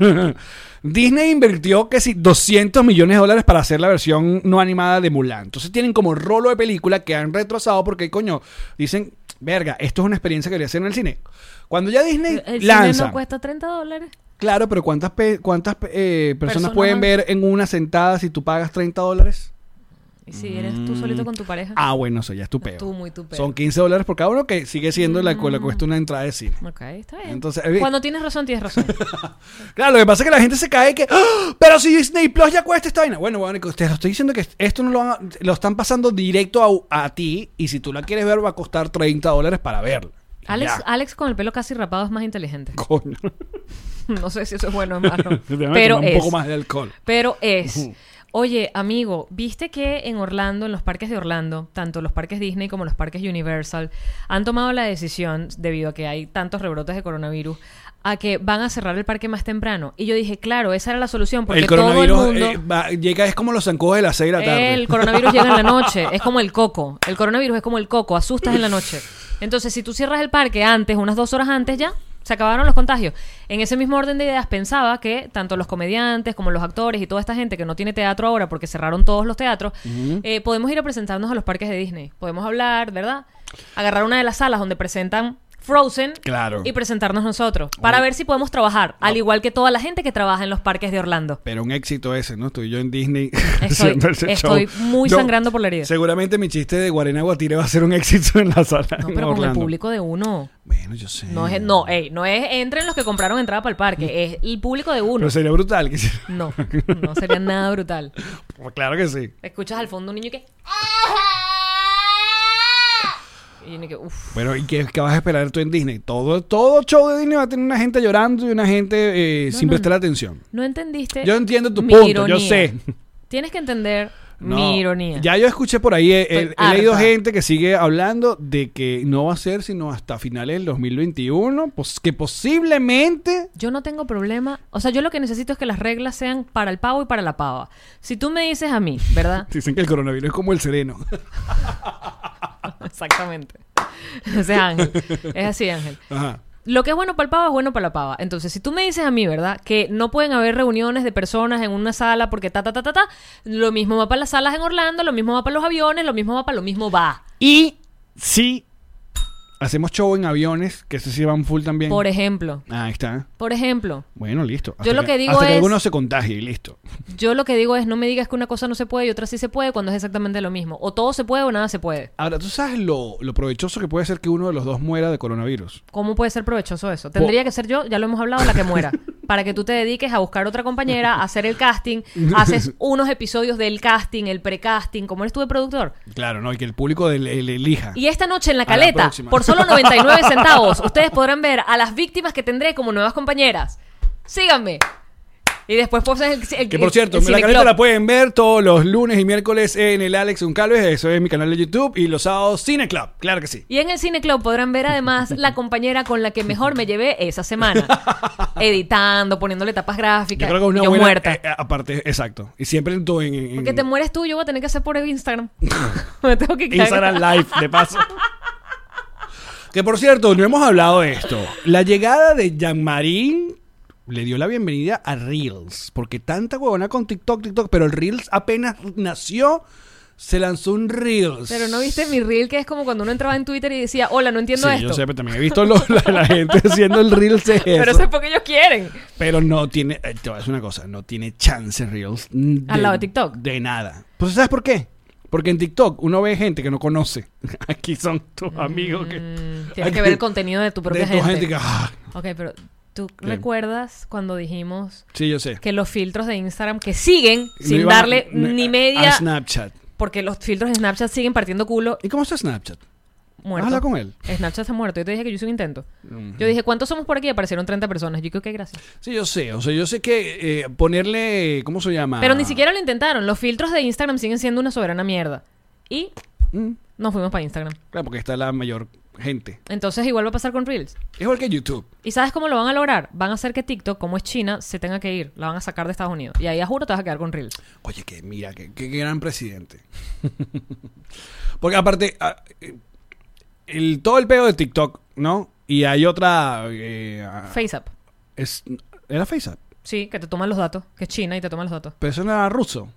A: Disney invirtió casi 200 millones de dólares para hacer la versión no animada de Mulan. Entonces tienen como rolo de película que han retrasado porque, coño, dicen, verga, esto es una experiencia que debería hacer en el cine. Cuando ya Disney
B: El
A: lanza...
B: cine no cuesta 30 dólares.
A: Claro, pero ¿cuántas, pe- cuántas eh, personas
B: Personas.
A: pueden ver en una sentada si tú pagas 30 dólares?
B: Y si eres tú solito con tu pareja.
A: Ah, bueno, eso ya es tu peo.
B: Tú muy tu peo.
A: Son 15 dólares por cada uno que sigue siendo la, cu-
B: Mm.
A: la cuesta una entrada de cine.
B: Ok, está bien.
A: Entonces, eh,
B: Cuando tienes razón, tienes razón.
A: Claro, lo que pasa es que la gente se cae que, ¡Ah! pero si Disney Plus ya cuesta esta vaina. Bueno, bueno, te lo estoy diciendo que esto no lo, van a- lo están pasando directo a, a ti y si tú la quieres ver va a costar 30 dólares para verla.
B: Alex, ah,
A: Ya,
B: Alex con el pelo casi rapado es más inteligente.
A: coño.
B: No sé si eso es bueno o malo.
A: Déjame
B: pero
A: tomar
B: es.
A: un poco más de alcohol.
B: Pero es. Oye, amigo, ¿viste que en Orlando, en los parques de Orlando, tanto los parques Disney como los parques Universal, han tomado la decisión, debido a que hay tantos rebrotes de coronavirus, a que van a cerrar el parque más temprano? Y yo dije, claro, esa era la solución, porque
A: el
B: todo el
A: coronavirus
B: mundo...
A: eh, va- llega, es como los zancudos de las 6 de la tarde.
B: El coronavirus llega en la noche, es como el coco. El coronavirus es como el coco, asustas en la noche. Entonces, si tú cierras el parque antes, unas dos horas antes ya, se acabaron los contagios. En ese mismo orden de ideas pensaba que tanto los comediantes como los actores y toda esta gente que no tiene teatro ahora porque cerraron todos los teatros, eh, podemos ir a presentarnos a los parques de Disney. Podemos hablar, ¿verdad? Agarrar una de las salas donde presentan... Frozen
A: Claro. Oh.
B: y presentarnos nosotros para ver si podemos trabajar, al igual que toda la gente que trabaja en los parques de Orlando.
A: Pero un éxito ese, ¿no? Estoy yo en Disney.
B: Estoy-
A: haciendo ese
B: estoy
A: show.
B: muy sangrando por la herida.
A: Seguramente mi chiste de Guarena Guatire va a ser un éxito en la sala.
B: No,
A: en
B: pero con el
A: Orlando. Mm.
B: público de uno.
A: Bueno, yo sé.
B: No es, no, ey, no es entren los que compraron entrada para el parque, es el público de uno.
A: Mm. Pero sería brutal. que se-
B: No, no sería nada brutal.
A: Pues claro que sí.
B: Escuchas al fondo un niño que. Y uno que, uff.
A: Pero ¿y qué, qué vas a esperar tú en Disney? Todo, todo show de Disney va a tener una gente llorando y una gente eh, sin prestar atención.
B: No entendiste.
A: Yo entiendo tu
B: mi
A: punto, yo sé.
B: Tienes que entender
A: No,
B: mi ironía.
A: Ya yo escuché por ahí, eh,
B: Estoy
A: eh, he leído
B: harta.
A: gente que sigue hablando de que no va a ser sino hasta finales del 2021, pues, que posiblemente...
B: Yo no tengo problema. O sea, yo lo que necesito es que las reglas sean para el pavo y para la pava. Si tú me dices a mí, ¿verdad?
A: Dicen que el coronavirus es como el sereno.
B: Exactamente. Ese es Ángel. Es así, Ángel.
A: Ajá.
B: Lo que es bueno para el pava es bueno para la pava. Entonces, si tú me dices a mí, ¿verdad? Que no pueden haber reuniones de personas en una sala porque ta, ta, ta, ta, ta. Lo mismo va para las salas en Orlando, lo mismo va para los aviones, lo mismo va para lo mismo va.
A: Y si hacemos show en aviones, que se sí van full también.
B: Por ejemplo,
A: Ah, ahí está.
B: por ejemplo,
A: Bueno, listo.
B: Yo lo que digo
A: hasta que
B: es-
A: alguno se contagie y listo.
B: yo lo que digo es no me digas que una cosa no se puede y otra sí se puede cuando es exactamente lo mismo. O todo se puede o nada se puede.
A: Ahora, ¿tú sabes lo, lo provechoso que puede ser que uno de los dos muera de coronavirus?
B: ¿Cómo puede ser provechoso eso? Tendría que ser yo, ya lo hemos hablado, la que muera. Para que tú te dediques a buscar otra compañera, a hacer el casting, haces unos episodios del casting, el precasting, como eres tú de productor.
A: Claro, ¿no? Y que el público del- el- elija.
B: Y esta noche en la
A: A la
B: caleta,
A: próxima.
B: por solo 99 centavos, ustedes podrán ver a las víctimas que tendré como nuevas compañeras. Síganme. Y después poses el, el-
A: Que por
B: el-
A: cierto,
B: el
A: la
B: cineclub.
A: caleta la pueden ver todos los lunes y miércoles en el Alex Uncalves, eso es mi canal de YouTube, y los sábados Cine Club, claro que sí.
B: Y en el Cine Club podrán ver además la compañera con la que mejor me llevé esa semana. Editando, poniéndole tapas
A: Yo
B: gráficas.
A: creo que es una
B: yo
A: buena-
B: muerta.
A: eh, eh, aparte, exacto. Y siempre en, tu- en- en-
B: Porque te mueres tú, yo voy a tener que hacer por el Instagram. me tengo que quedar-
A: Instagram Live, de paso. que por cierto, no hemos hablado de esto. La llegada de Jean-Marie le dio la bienvenida a Reels, porque tanta huevona con TikTok, TikTok, pero el Reels apenas nació, se lanzó un Reels.
B: Pero no viste mi reel que es como cuando uno entraba en Twitter y decía, hola, no entiendo
A: Sí,
B: esto.
A: yo sé, pero también he visto lo- la, la gente haciendo el Reels de
B: pero
A: eso.
B: eso es porque ellos quieren.
A: Pero no tiene, eh, te voy a decir una cosa, no tiene chance Reels. de-
B: Al lado de TikTok.
A: De nada. Pues ¿sabes por qué? Porque en TikTok uno ve gente que no conoce. Aquí son tus amigos que...
B: Mm, Tienes que ver el contenido de tu propia
A: de tu gente.
B: gente.
A: que, ah,
B: Ok, pero ¿tú
A: Bien.
B: recuerdas cuando dijimos
A: sí, yo sé.
B: que los filtros de Instagram que siguen
A: No
B: sin
A: iba-
B: darle
A: no-
B: ni
A: a-
B: media,
A: A Snapchat.
B: porque los filtros de Snapchat siguen partiendo culo
A: ¿Y cómo está Snapchat?
B: muerto. Mm.
A: Habla con él.
B: Snapchat está muerto. Yo te dije que yo hice un intento. Yo dije, ¿cuántos somos por aquí? Y aparecieron 30 personas. Yo dije, ok, gracias.
A: Sí, yo sé. O sea, yo sé que eh, ponerle... ¿Cómo se llama?
B: Pero ni siquiera lo intentaron. Los filtros de Instagram siguen siendo una soberana mierda. Y
A: Mm,
B: nos fuimos para Instagram.
A: claro, porque está la mayor gente.
B: Entonces igual va a pasar con Reels.
A: Es igual que YouTube.
B: ¿Y sabes cómo lo van a lograr? Van a hacer que TikTok, como es China, se tenga que ir. La van a sacar de Estados Unidos. Y ahí a juro te vas a quedar con Reels.
A: Oye, que mira, que, que gran presidente. Porque aparte, a- eh, el, todo el pedo de TikTok, ¿no? Y hay otra... eh, a-
B: FaceApp.
A: es, ¿Era FaceApp?
B: Sí, que te toman los datos. Que es China y te toman los datos.
A: Pero eso no era ruso.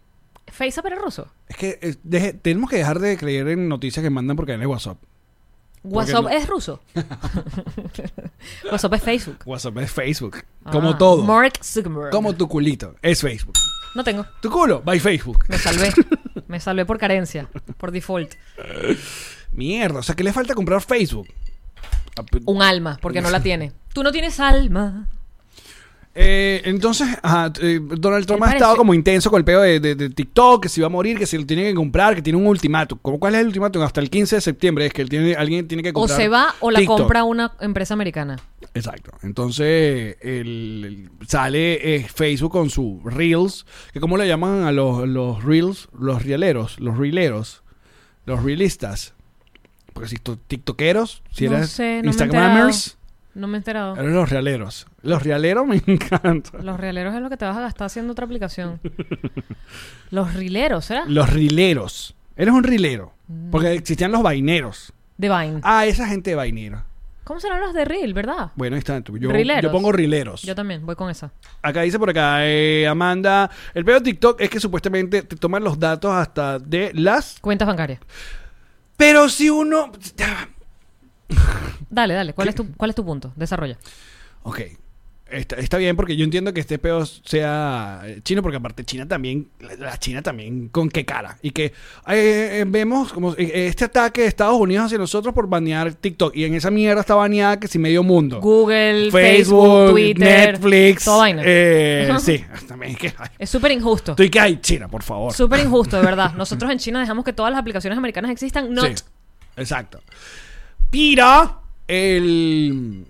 B: FaceApp era ruso.
A: Es que eh, deje- tenemos que dejar de creer en noticias que mandan porque hay WhatsApp.
B: WhatsApp
A: no-
B: es ruso. WhatsApp es Facebook.
A: WhatsApp es Facebook.
B: Ah,
A: como todo.
B: Mark Zuckerberg.
A: Como tu culito. Es Facebook.
B: No tengo.
A: Tu culo, by Facebook.
B: Me salvé. Me salvé por carencia. Por default.
A: Mierda, o sea, que le falta comprar Facebook?
B: Un alma, porque no la tiene. Tú no tienes alma.
A: Eh, entonces, ajá, eh, Donald Trump
B: Él
A: ha estado
B: parece-
A: como intenso con el peo de, de- de TikTok, que si va a morir, que si lo tiene que comprar, que tiene un ultimátum. ¿Cómo- ¿Cuál es el ultimátum? Hasta el 15 de septiembre es que él tiene, alguien tiene que
B: O
A: comprar.
B: se va o la
A: TikTok.
B: compra una empresa americana.
A: Exacto. Entonces, el- el- sale eh, Facebook con su Reels, que ¿cómo le llaman a los, los Reels? Los rieleros, los rieleros, los realistas. Porque si tú tiktokeros, si
B: No
A: eres
B: sé, no me he
A: instagramers,
B: No me he enterado.
A: eres los rialeros. Los rialeros me encantan.
B: Los rieleros es lo que te vas a gastar haciendo otra aplicación. Los rileros, ¿será?
A: Los rileros. Eres un rilero.
B: Mm.
A: Porque existían los vaineros.
B: De Vine.
A: Ah, esa gente de vainera.
B: ¿Cómo serán los de Reel, verdad?
A: Bueno, ahí está. tú. Yo,
B: Rileros.
A: yo pongo rileros.
B: Yo también, voy con esa.
A: Acá dice por acá, eh, Amanda. El peor de TikTok es que supuestamente te toman los datos hasta de las.
B: Cuentas bancarias.
A: Pero si uno.
B: Dale, dale. ¿Cuál es tu, cuál es tu punto? Desarrolla.
A: Ok. Está, está bien porque yo entiendo que este pedo sea eh, chino porque aparte China también, la- la China también, con qué cara. Y que eh, eh, vemos como eh, este ataque de Estados Unidos hacia nosotros por banear TikTok y en esa mierda está baneada que si medio mundo.
B: Google, Facebook,
A: Facebook,
B: Twitter,
A: Netflix.
B: toda vaina.
A: eh, sí, también que ay,
B: Es súper injusto.
A: Estoy que hay China, por favor.
B: Súper injusto, de verdad. Nosotros en China dejamos que todas las aplicaciones americanas existan. No.
A: Sí, exacto. Pira, el.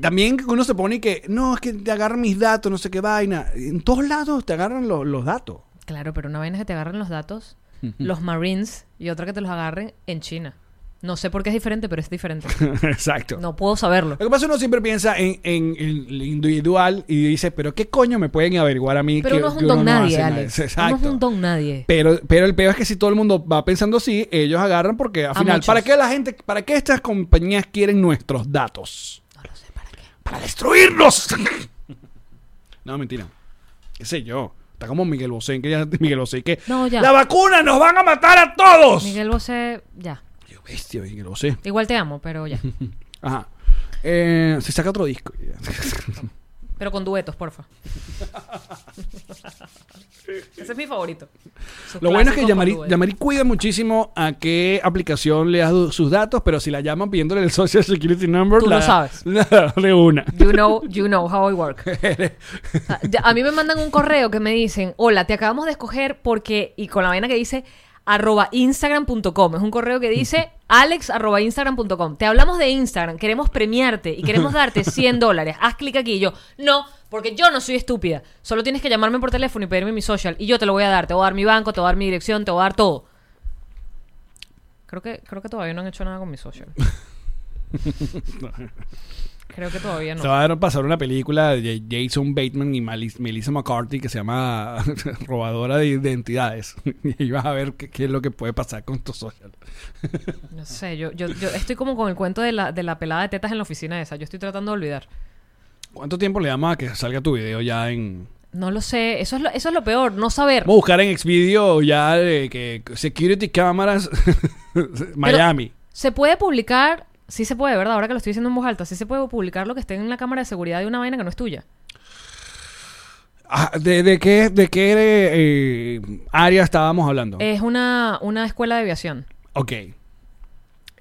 A: También que uno se pone que no, es que te agarran mis datos, no sé qué vaina. En todos lados te agarran lo- los datos.
B: Claro, pero una vaina es que te agarren los datos, los Marines, y otra que te los agarren en China. No sé por qué es diferente, pero es diferente.
A: exacto.
B: No puedo saberlo.
A: Lo que pasa es que uno siempre piensa en, en el individual y dice, pero ¿qué coño me pueden averiguar a mí?
B: Pero
A: que-
B: no es
A: que
B: un
A: uno
B: don nadie,
A: hace nada?
B: Alex.
A: Exacto.
B: No es un don nadie.
A: Pero, pero el peor es que si todo el mundo va pensando así, ellos agarran porque al
B: A
A: final,
B: muchos.
A: ¿para qué la gente, para qué estas compañías quieren nuestros datos?
B: No lo sé para qué.
A: ¡Para destruirnos! no, mentira. ¿Qué sé yo? Está como Miguel Bosé, que ya Miguel Bosé que
B: No, ya.
A: la vacuna nos van a matar a todos.
B: Miguel Bosé, ya.
A: Yo, bestia, Miguel Bosé.
B: Igual te amo, pero ya.
A: Ajá. Eh, se saca otro disco.
B: Pero con duetos, porfa. Ese es mi favorito. Sus
A: Lo bueno es
B: clásicos
A: que
B: con
A: Yamari,
B: duetos.
A: Yamari cuida muchísimo a qué aplicación le das du- sus datos, pero si la llaman pidiéndole el Social Security Number,
B: Tú
A: la,
B: lo sabes.
A: la- de una.
B: You know, you know how I work. O sea, Ah, ya- a mí me mandan un correo que me dicen, hola, te acabamos de escoger porque, y con la vaina que dice arroba instagram.com. Es un correo que dice alex arroba instagram.com. Te hablamos de Instagram, queremos premiarte y queremos darte 100 dólares. Haz clic aquí. Y yo, no, porque yo no soy estúpida. Solo tienes que llamarme por teléfono y pedirme mi social y yo te lo voy a dar. Te voy a dar mi banco, te voy a dar mi dirección, te voy a dar todo. Creo que, creo que todavía no han hecho nada con mi social. Creo que todavía no.
A: Se va a pasar una película de Jason Bateman y Malis- Melissa McCarthy que se llama Robadora de Identidades. Y ahí vas a ver qué, qué es lo que puede pasar con tu social.
B: No sé, yo, yo, yo estoy como con el cuento de la, de la pelada de tetas en la oficina esa. Yo estoy tratando de olvidar.
A: ¿Cuánto tiempo le damos a que salga tu video ya en...
B: No lo sé. Eso es lo, eso es lo peor, no saber.
A: Vamos a buscar en Xvideo ya de que Security Cameras Miami.
B: Se puede publicar, sí se puede, ¿verdad? Ahora que lo estoy diciendo en voz alta, sí se puede publicar lo que esté en la cámara de seguridad de una vaina que no es tuya.
A: Ah, ¿De, de qué, de qué eh, área estábamos hablando?
B: Es una, una escuela de aviación.
A: ok.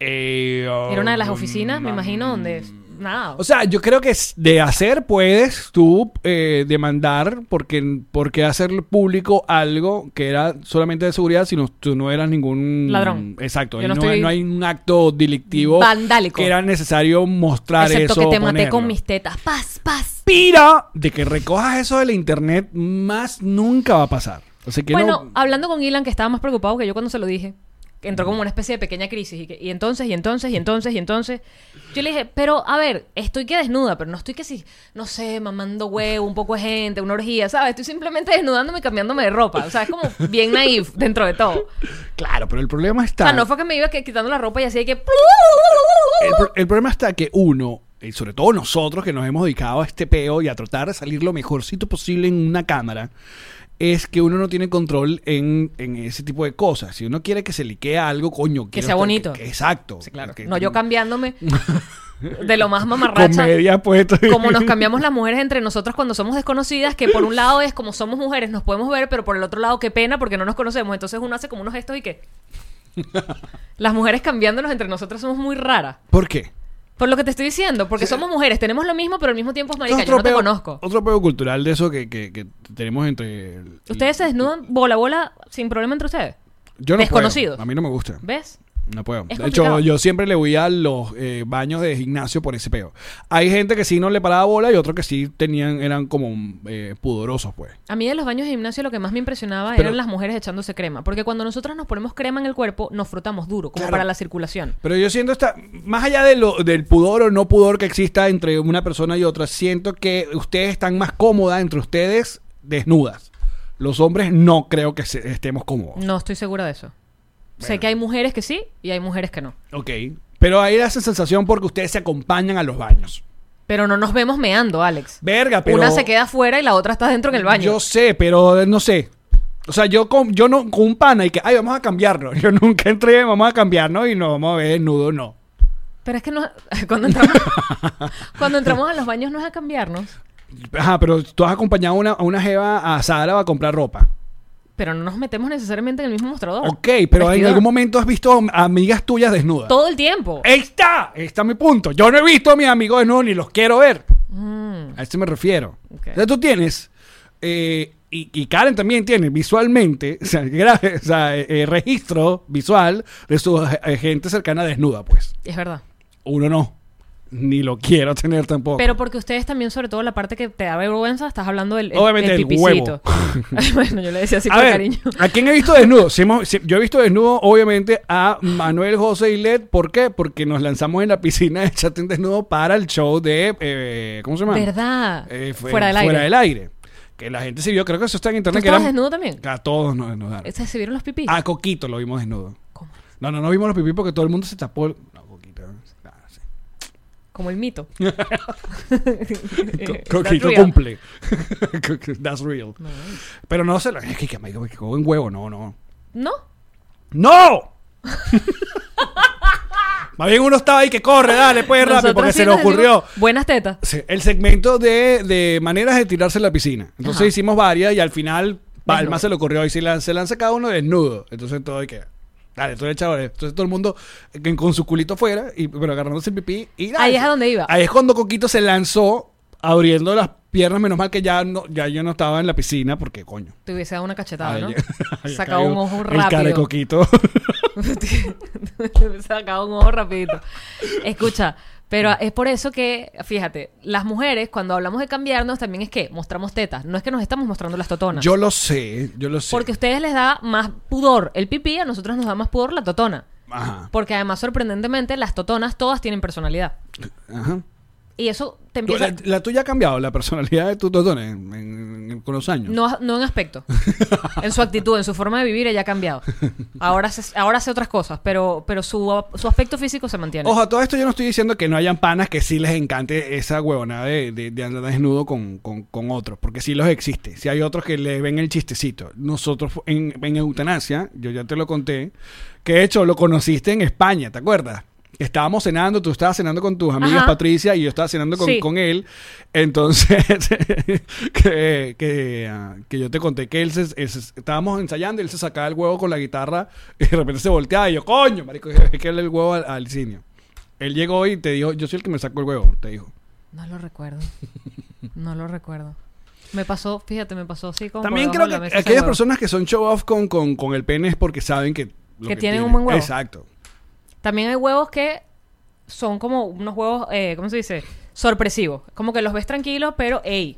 A: Eh, oh,
B: Era una de las oficinas, me
A: mm,
B: imagino, donde... Nada.
A: O sea, yo creo que s- de hacer puedes tú eh, demandar porque, porque hacer público algo que era solamente de seguridad si no, tú no eras ningún...
B: Ladrón.
A: Exacto.
B: Yo no
A: no,
B: estoy-
A: no hay un acto delictivo
B: Vandálico.
A: que era necesario mostrar
B: Excepto
A: eso.
B: que
A: o
B: te maté
A: ponerlo.
B: con mis tetas. Paz, paz.
A: Pira de que recojas eso de la internet más nunca va a pasar. Así que
B: Bueno, ah.
A: no...
B: hablando con Ilan, que estaba más preocupado que yo cuando se lo dije. entró como una especie de pequeña crisis. Y, que- y entonces, y entonces, y entonces, y entonces. Yo le dije, pero a ver, estoy que desnuda, pero no estoy que si, no sé, mamando huevo, un poco de gente, una orgía, ¿sabes? Estoy simplemente desnudándome y cambiándome de ropa. O sea, es como bien naif dentro de todo.
A: Claro, pero el problema
B: O
A: está.
B: sea, no fue que me iba que- quitando la ropa y así de que.
A: el, pro- el problema está que uno, y sobre todo nosotros que nos hemos dedicado a este peo y a tratar de salir lo mejorcito posible en una cámara, es que uno no tiene control en, en ese tipo de cosas. Si uno quiere que se liquee algo, coño, quiero
B: sea
A: estar-
B: bonito.
A: que- que- exacto.
B: Sí, claro.
A: Que-
B: No, yo cambiándome de lo más mamarracha.
A: Comedia pues, puesto.
B: Como nos cambiamos las mujeres entre nosotras cuando somos desconocidas, que por un lado es como somos mujeres, nos podemos ver, pero por el otro lado, qué pena porque no nos conocemos. Entonces uno hace como unos gestos y qué. Las mujeres cambiándonos entre nosotras somos muy raras.
A: ¿Por qué?
B: Por lo que te estoy diciendo, porque somos mujeres, tenemos lo mismo, pero al mismo tiempo es marica, yo no te
A: peo-
B: conozco.
A: otro peo cultural de eso que, que- que tenemos entre... el-
B: Ustedes se desnudan bola a bola sin problema entre ustedes.
A: Yo no
B: desconocidos.
A: puedo. A mí no me gusta.
B: ¿Ves?
A: No puedo.
B: Es
A: de hecho,
B: complicado.
A: yo siempre le voy a los eh, baños de gimnasio por ese peo. Hay gente que sí no le paraba bola y otros que sí tenían, eran como eh, pudorosos, pues.
B: A mí de los baños de gimnasio lo que más me impresionaba
A: Pero-
B: eran las mujeres echándose crema. Porque cuando nosotras nos ponemos crema en el cuerpo, nos frotamos duro, como
A: Claro.
B: para la circulación.
A: Pero yo siento esta, más allá de lo, del pudor o no pudor que exista entre una persona y otra, siento que ustedes están más cómodas entre ustedes desnudas. Los hombres no creo que se- estemos cómodos.
B: No estoy segura de eso. Sé que hay mujeres que sí y hay mujeres que no.
A: Ok. Pero ahí da esa sensación porque ustedes se acompañan a los baños.
B: Pero no nos vemos meando, Alex.
A: Verga, pero.
B: Una se queda afuera y la otra está dentro en el baño.
A: Yo sé, pero eh, no sé. O sea, yo con, yo no, con un pana y que, ay, vamos a cambiarnos. Yo nunca entré, vamos a cambiarnos y nos vamos a ver desnudos, no.
B: Pero es que no, cuando, entramos, cuando entramos a los baños no es a cambiarnos.
A: Ajá, pero tú has acompañado a una, a una jeva a Zara a comprar ropa.
B: Pero no nos metemos necesariamente en el mismo mostrador.
A: Ok, pero en
B: Vestidor.
A: algún momento has visto a amigas tuyas desnudas.
B: Todo el tiempo.
A: Ahí está, ahí está mi punto. Yo no he visto a mis amigos desnudos ni los quiero ver.
B: Mm,
A: A eso me refiero.
B: Ok.
A: O sea, tú tienes, eh, y, y Karen también tiene visualmente, o sea, gra- o sea, eh, eh, registro visual de su eh, gente cercana desnuda, pues.
B: es verdad.
A: Uno no, ni lo quiero tener tampoco.
B: Pero porque ustedes también, sobre todo la parte que te da vergüenza, estás hablando del el,
A: Obviamente
B: el
A: el huevo.
B: pipicito. bueno, yo le decía así
A: a
B: por
A: ver,
B: cariño.
A: ¿a quién he visto desnudo? Sí hemos- sí, yo he visto desnudo, obviamente, a Manuel José y Led. ¿Por qué? Porque nos lanzamos en la piscina de Chatín Desnudo para el show de. eh, ¿Cómo se llama?
B: ¿Verdad?
A: Eh, fue-
B: fuera del aire.
A: Que la gente se vio, creo que eso está en
B: ¿Tú
A: internet. que
B: estabas
A: eran- Ah,
B: desnudo también?
A: A todos nos desnudaron.
B: ¿Se vieron los pipí?
A: A Coquito lo vimos desnudo.
B: ¿Cómo?
A: No, no, no vimos los pipí porque todo el mundo se tapó. el- No, Coquito. ah, sí.
B: Como el mito.
A: Co-
B: Eh,
A: Coquito
B: that's real.
A: cumple. Co- That's real. Pero no se lo. Es que, que me que en huevo, no, no.
B: ¿No?
A: ¡No! Más bien uno estaba ahí que corre, dale, pues rápido,
B: Nosotros
A: porque
B: sí
A: se le
B: decimos,
A: ocurrió.
B: Buenas tetas.
A: Sí, el segmento de, de maneras de tirarse en la piscina. Entonces
B: Ajá.
A: hicimos varias y al final Palma
B: Desnudo.
A: se le ocurrió y se lanza, se lanza cada uno desnudo. Entonces todo hay que. Dale, tú eres chaval. Entonces todo el mundo eh, con su culito fuera y bueno, agarrándose el pipí y dale.
B: Ahí es a donde iba.
A: Ahí es cuando Coquito se lanzó abriendo las piernas. Menos mal que ya no, ya yo no estaba en la piscina porque coño.
B: Te hubiese dado una cachetada,
A: Ahí-
B: ¿no?
A: ahí
B: Sacaba
A: cayó
B: un ojo
A: El cara de
B: rápido.
A: Coquito.
B: Te hubiese sacado un ojo rapidito. Escucha, pero
A: Mm.
B: es por eso que, fíjate, las mujeres cuando hablamos de cambiarnos también es que mostramos tetas. No es que nos estamos mostrando las totonas.
A: yo lo sé, yo lo sé.
B: Porque a ustedes les da más pudor el pipí, a nosotros nos da más pudor la totona.
A: Ajá.
B: Porque además, sorprendentemente, las totonas todas tienen personalidad.
A: Ajá.
B: Y eso te
A: Tú-
B: empieza...
A: La, la tuya ha cambiado, la personalidad de tu totón en- en- en- con los años.
B: No, no en aspecto. en su actitud, en su forma de vivir, ella ha cambiado. Ahora hace, ahora hace otras cosas, pero, pero su, su aspecto físico se mantiene.
A: Ojo, a todo esto yo no estoy diciendo que no hayan panas que sí les encante esa huevonada de, de- de andar desnudo con, con- con otros, porque sí los existe. Si hay otros que le ven el chistecito. Nosotros fu- en, en Eutanasia, yo ya te lo conté, que de hecho lo conociste en España, ¿te acuerdas? Estábamos cenando, tú estabas cenando con tus amigas
B: Ajá.
A: Patricia y yo estaba cenando con,
B: Sí.
A: con él. Entonces, que, que, ah, que yo te conté que él se, él se- estábamos ensayando y él se sacaba el huevo con la guitarra y de repente se volteaba y yo, coño, marico, es que él el huevo al, al cine. Él llegó y te dijo, yo soy el que me sacó el huevo, te dijo.
B: No lo recuerdo. No lo recuerdo. Me pasó, fíjate, me pasó así como... por
A: También
B: debajo
A: creo
B: de la
A: que
B: mesa ese
A: aquellas
B: huevo.
A: personas que son show off con, con, con el pene es porque saben que... lo
B: Que tienen un buen huevo.
A: Exacto.
B: También hay huevos que son como unos huevos, eh, ¿cómo se dice? Sorpresivos. Como que los ves tranquilos, pero, ey,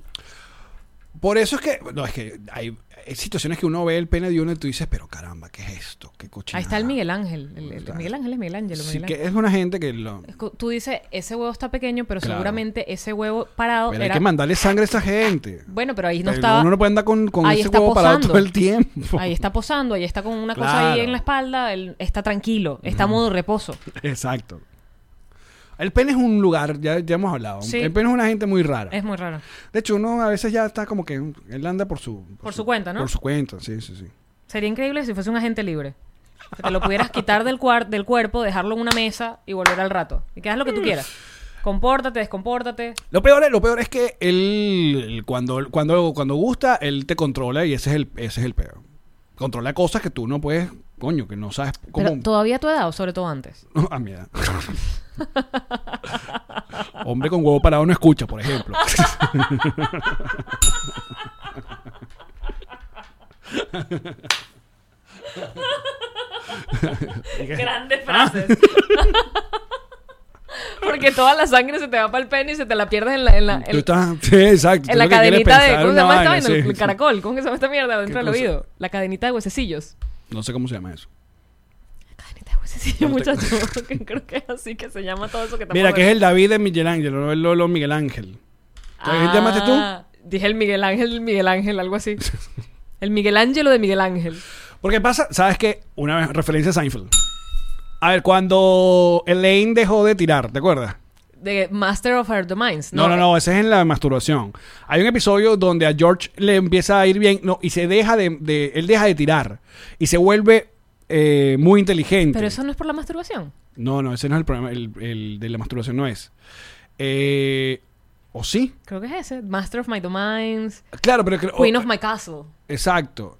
A: Por eso es que, no, es que hay, hay situaciones que uno ve el pene de uno y tú dices, pero caramba, ¿qué es esto? ¿Qué cochina?
B: Ahí está el Miguel Ángel. El, el- el Miguel Ángel es Miguel Ángel.
A: Sí, que es una gente que lo...
B: Tú dices, ese huevo está pequeño, pero
A: Claro.
B: seguramente ese huevo parado
A: Pero hay
B: era...
A: que mandarle sangre a esa gente.
B: Bueno, pero ahí no
A: Pero
B: estaba...
A: Uno no puede andar con, con
B: ahí
A: ese
B: está
A: huevo parado
B: posando.
A: todo el tiempo.
B: Ahí está posando, ahí está con una cosa ahí
A: Claro.
B: en la espalda, él está tranquilo, está a modo reposo.
A: Exacto. El pene es un lugar, ya, ya hemos hablado.
B: Sí. Eh.
A: El pene es una gente muy rara.
B: Es muy raro.
A: De hecho, uno a veces ya está como que él anda por su...
B: Por su cuenta, ¿no?
A: Por su cuenta, sí, sí, sí.
B: Sería increíble si fuese un agente libre. Que te lo pudieras quitar del, cuar- del cuerpo, dejarlo en una mesa y volver al rato. Y que hagas lo que tú quieras. Compórtate, descompórtate.
A: Lo peor, es- lo peor es que él, él cuando, cuando, cuando gusta, él te controla y ese es el, ese es el peor. Controla cosas que tú no puedes, coño, que no sabes cómo...
B: Pero todavía a tu edad o sobre todo antes.
A: a mi edad. Hombre con huevo parado no escucha, por ejemplo.
B: Grandes
A: Ah.
B: frases. Porque toda la sangre se te va para el pene y se te la pierdes en la, en la, en-
A: Tú estás- sí, exacto. tú
B: en la
A: lo que quieres
B: cadenita de.
A: pensar
B: ¿Cómo se
A: una
B: llama
A: vaina,
B: esta vaina? El-
A: sí,
B: el
A: sí.
B: caracol. ¿Cómo que se llama esta mierda dentro del
A: cosa?
B: oído? La cadenita de huesecillos.
A: No sé cómo se llama eso.
B: Cadenita de huesecillos,
A: No te-
B: muchachos. Creo que es así que se llama todo eso que te
A: Mira, que es el David de Miguel Ángel, no el Lolo Miguel Ángel. ¿Qué llamaste tú?
B: Ah, Dije el Miguel Ángel, Miguel Ángel, algo así. El Miguel Ángelo de Miguel Ángel.
A: Porque pasa, ¿sabes qué? Una vez- referencia a Seinfeld. A ver, cuando Elaine dejó de tirar, ¿te acuerdas?
B: De Master of Our Domains.
A: No, no, no, ese es en la masturbación. Hay un episodio donde a George le empieza a ir bien no, y se deja de, de- Él deja de tirar y se vuelve eh, muy inteligente.
B: Pero eso no es por la masturbación.
A: No, no, ese no es el problema. El, el de la masturbación no es. Eh, ¿O sí?
B: Creo que es ese. Master of My Domains.
A: Claro, pero. creo-
B: Queen
A: oh,
B: of My Castle.
A: Exacto.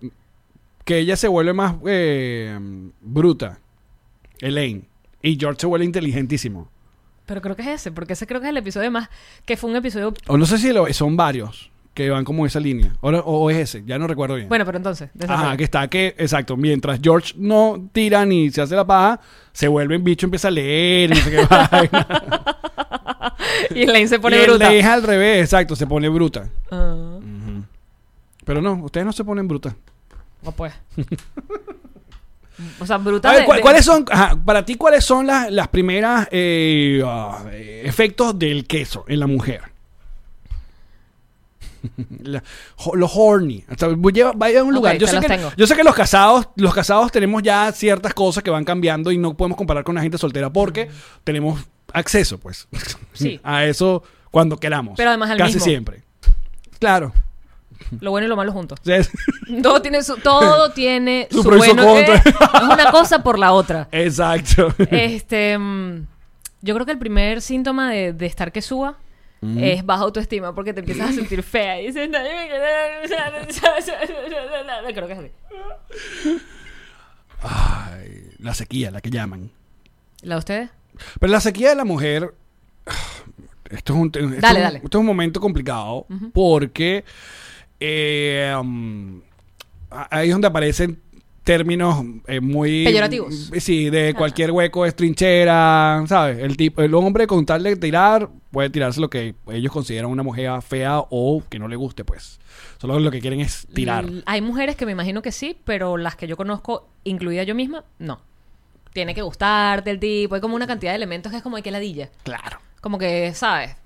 A: Que ella se vuelve más eh, bruta. Elaine. Y George se vuelve inteligentísimo.
B: Pero creo que es ese, porque ese creo que es el episodio más. Que fue un episodio.
A: O no sé si lo- son varios que van como en esa línea. O, no- o es ese, ya no recuerdo bien.
B: Bueno, pero entonces.
A: Ajá,
B: desarrolla.
A: que está que, exacto, mientras George no tira ni se hace la paja, se vuelve un bicho, empieza a leer, y no sé qué vaina.
B: Y Elaine se
A: Y Mm.
B: pone
A: él
B: bruta.
A: le deja al revés, exacto, se pone bruta.
B: Ah,
A: Pero no, ustedes no se ponen bruta.
B: no, pues. o sea, bruta.
A: A ver,
B: de-
A: ¿cu-
B: de-
A: ¿cuáles son, ajá, para ti, cuáles son las, las primeras eh, ah, eh, efectos del queso en la mujer? La- ho- los horny. O sea, voy- lleva- vaya a un
B: Ok,
A: lugar. yo,
B: te
A: sé
B: los
A: que,
B: tengo.
A: yo sé que los casados, los casados tenemos ya ciertas cosas que van cambiando y no podemos comparar con la gente soltera porque tenemos acceso, pues,
B: Sí.
A: a eso cuando queramos.
B: Pero además al
A: Casi
B: mismo.
A: siempre. Claro.
B: Lo bueno y lo malo juntos.
A: O sea, es-
B: Todo tiene su, todo tiene
A: Su
B: su,
A: pro y su
B: bueno.
A: contra.
B: eh, es una cosa por la otra.
A: exacto.
B: Este, mm, yo creo que el primer síntoma de, de estar que suba
A: Mm.
B: es baja autoestima porque te empiezas a sentir fea y dices, nadie me quiere". Creo que es así.
A: Ay, la sequía, la que llaman.
B: ¿La de ustedes?
A: Pero la sequía de la mujer. Esto es un, esto es
B: Dale,
A: un-
B: dale.
A: esto es un momento complicado porque eh, um, a- ahí es donde aparecen términos eh, muy
B: Peyorativos.
A: Sí, de cualquier hueco es trinchera, ¿sabes? El tipo, el hombre con tal de tirar puede tirarse lo que ellos consideran una mujer fea o que no le guste, pues. Solo lo que quieren es tirar.
B: L- Hay mujeres que me imagino que sí, pero las que yo conozco, incluida yo misma, no. Tiene que gustarte el tipo, hay como una cantidad de elementos que es como hay que ladilla.
A: Claro.
B: Como que, ¿sabes?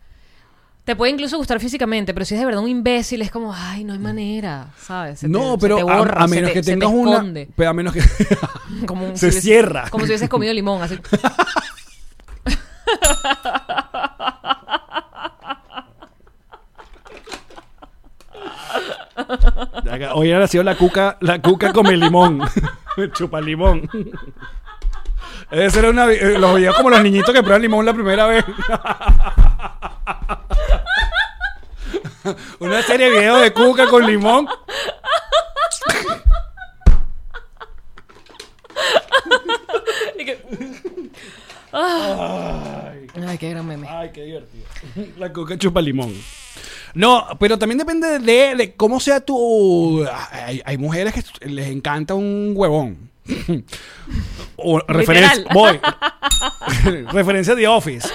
B: Te puede incluso gustar físicamente, pero si es de verdad un imbécil, es como, ay, no hay manera, ¿sabes? Se te-
A: no,
B: se
A: pero
B: te
A: a-
B: borra,
A: a,
B: se
A: menos
B: te-
A: que
B: se te
A: tengas una.
B: esconde.
A: Pero a menos que.
B: Como un-
A: Se
B: si hubiese-
A: cierra.
B: Como si hubieses comido limón, así.
A: Hoy ha nacido la cuca, la cuca come limón. Chupa limón. Debe ser una, vi- eh, los videos como los niñitos que prueban limón la primera vez. una serie de videos de cuca con limón.
B: Y que- Ah. Ay, qué gran meme.
A: Ay, qué divertido. La coca chupa limón. No, pero también depende de, de cómo sea tu... Hay, hay mujeres que les encanta un huevón. o referencia...
B: Literal.
A: Voy. referencia de Office.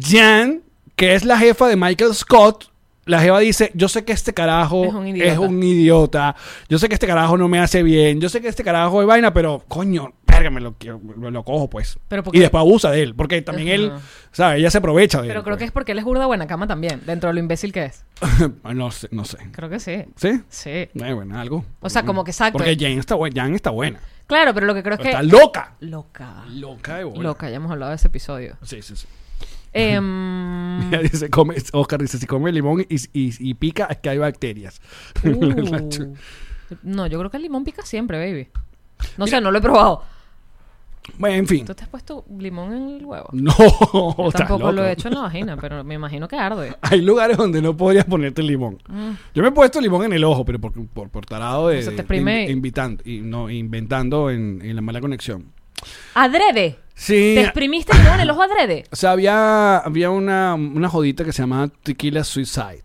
A: Jan, que es la jefa de Michael Scott, La Jeva dice, yo sé que este carajo
B: Es
A: es
B: un
A: un,
B: idiota.
A: idiota, yo sé que este carajo no me hace bien, yo sé que este carajo es vaina, pero coño, verga, me lo, quiero- lo, lo cojo pues.
B: Pero porque-
A: y después abusa de él, porque también él,
B: Ajá.
A: ¿sabes? Ella se aprovecha de pues.
B: Pero
A: él.
B: creo que es porque él es burda buena cama también, dentro de lo imbécil que es.
A: que... no sé, no sé.
B: Creo que sí.
A: ¿Sí?
B: Sí.
A: Eh, bueno, algo.
B: O sea, como que exacto.
A: Porque Jane está, bu- Jan está buena.
B: Claro, pero lo que creo es
A: Pero
B: que...
A: Está loca.
B: Loca.
A: Loca de bola.
B: Loca, ya hemos hablado de ese episodio.
A: Sí, sí, sí.
B: Em,
A: Ella dice, come, Oscar dice, si come limón y, y, y pica, es que hay bacterias. La
B: uh.
A: chu-
B: no, yo creo que el limón pica siempre, baby. No sé, no lo he probado.
A: bueno, en fin.
B: ¿Tú te has puesto limón en el huevo?
A: No,
B: Yo
A: estás
B: tampoco
A: loco.
B: lo he hecho en la vagina, pero me imagino que arde.
A: Hay lugares donde no podrías ponerte limón. Yo me he puesto limón en el ojo, pero por, por, por tarado de,
B: Mm. O sea, te
A: de-
B: exprime-
A: in- invitando- y no, inventando en, en la mala conexión.
B: ¡Adrede!
A: Sí.
B: ¿Te exprimiste limón en el ojo adrede?
A: O sea, había, había una, una jodita que se llamaba Tequila Suicide.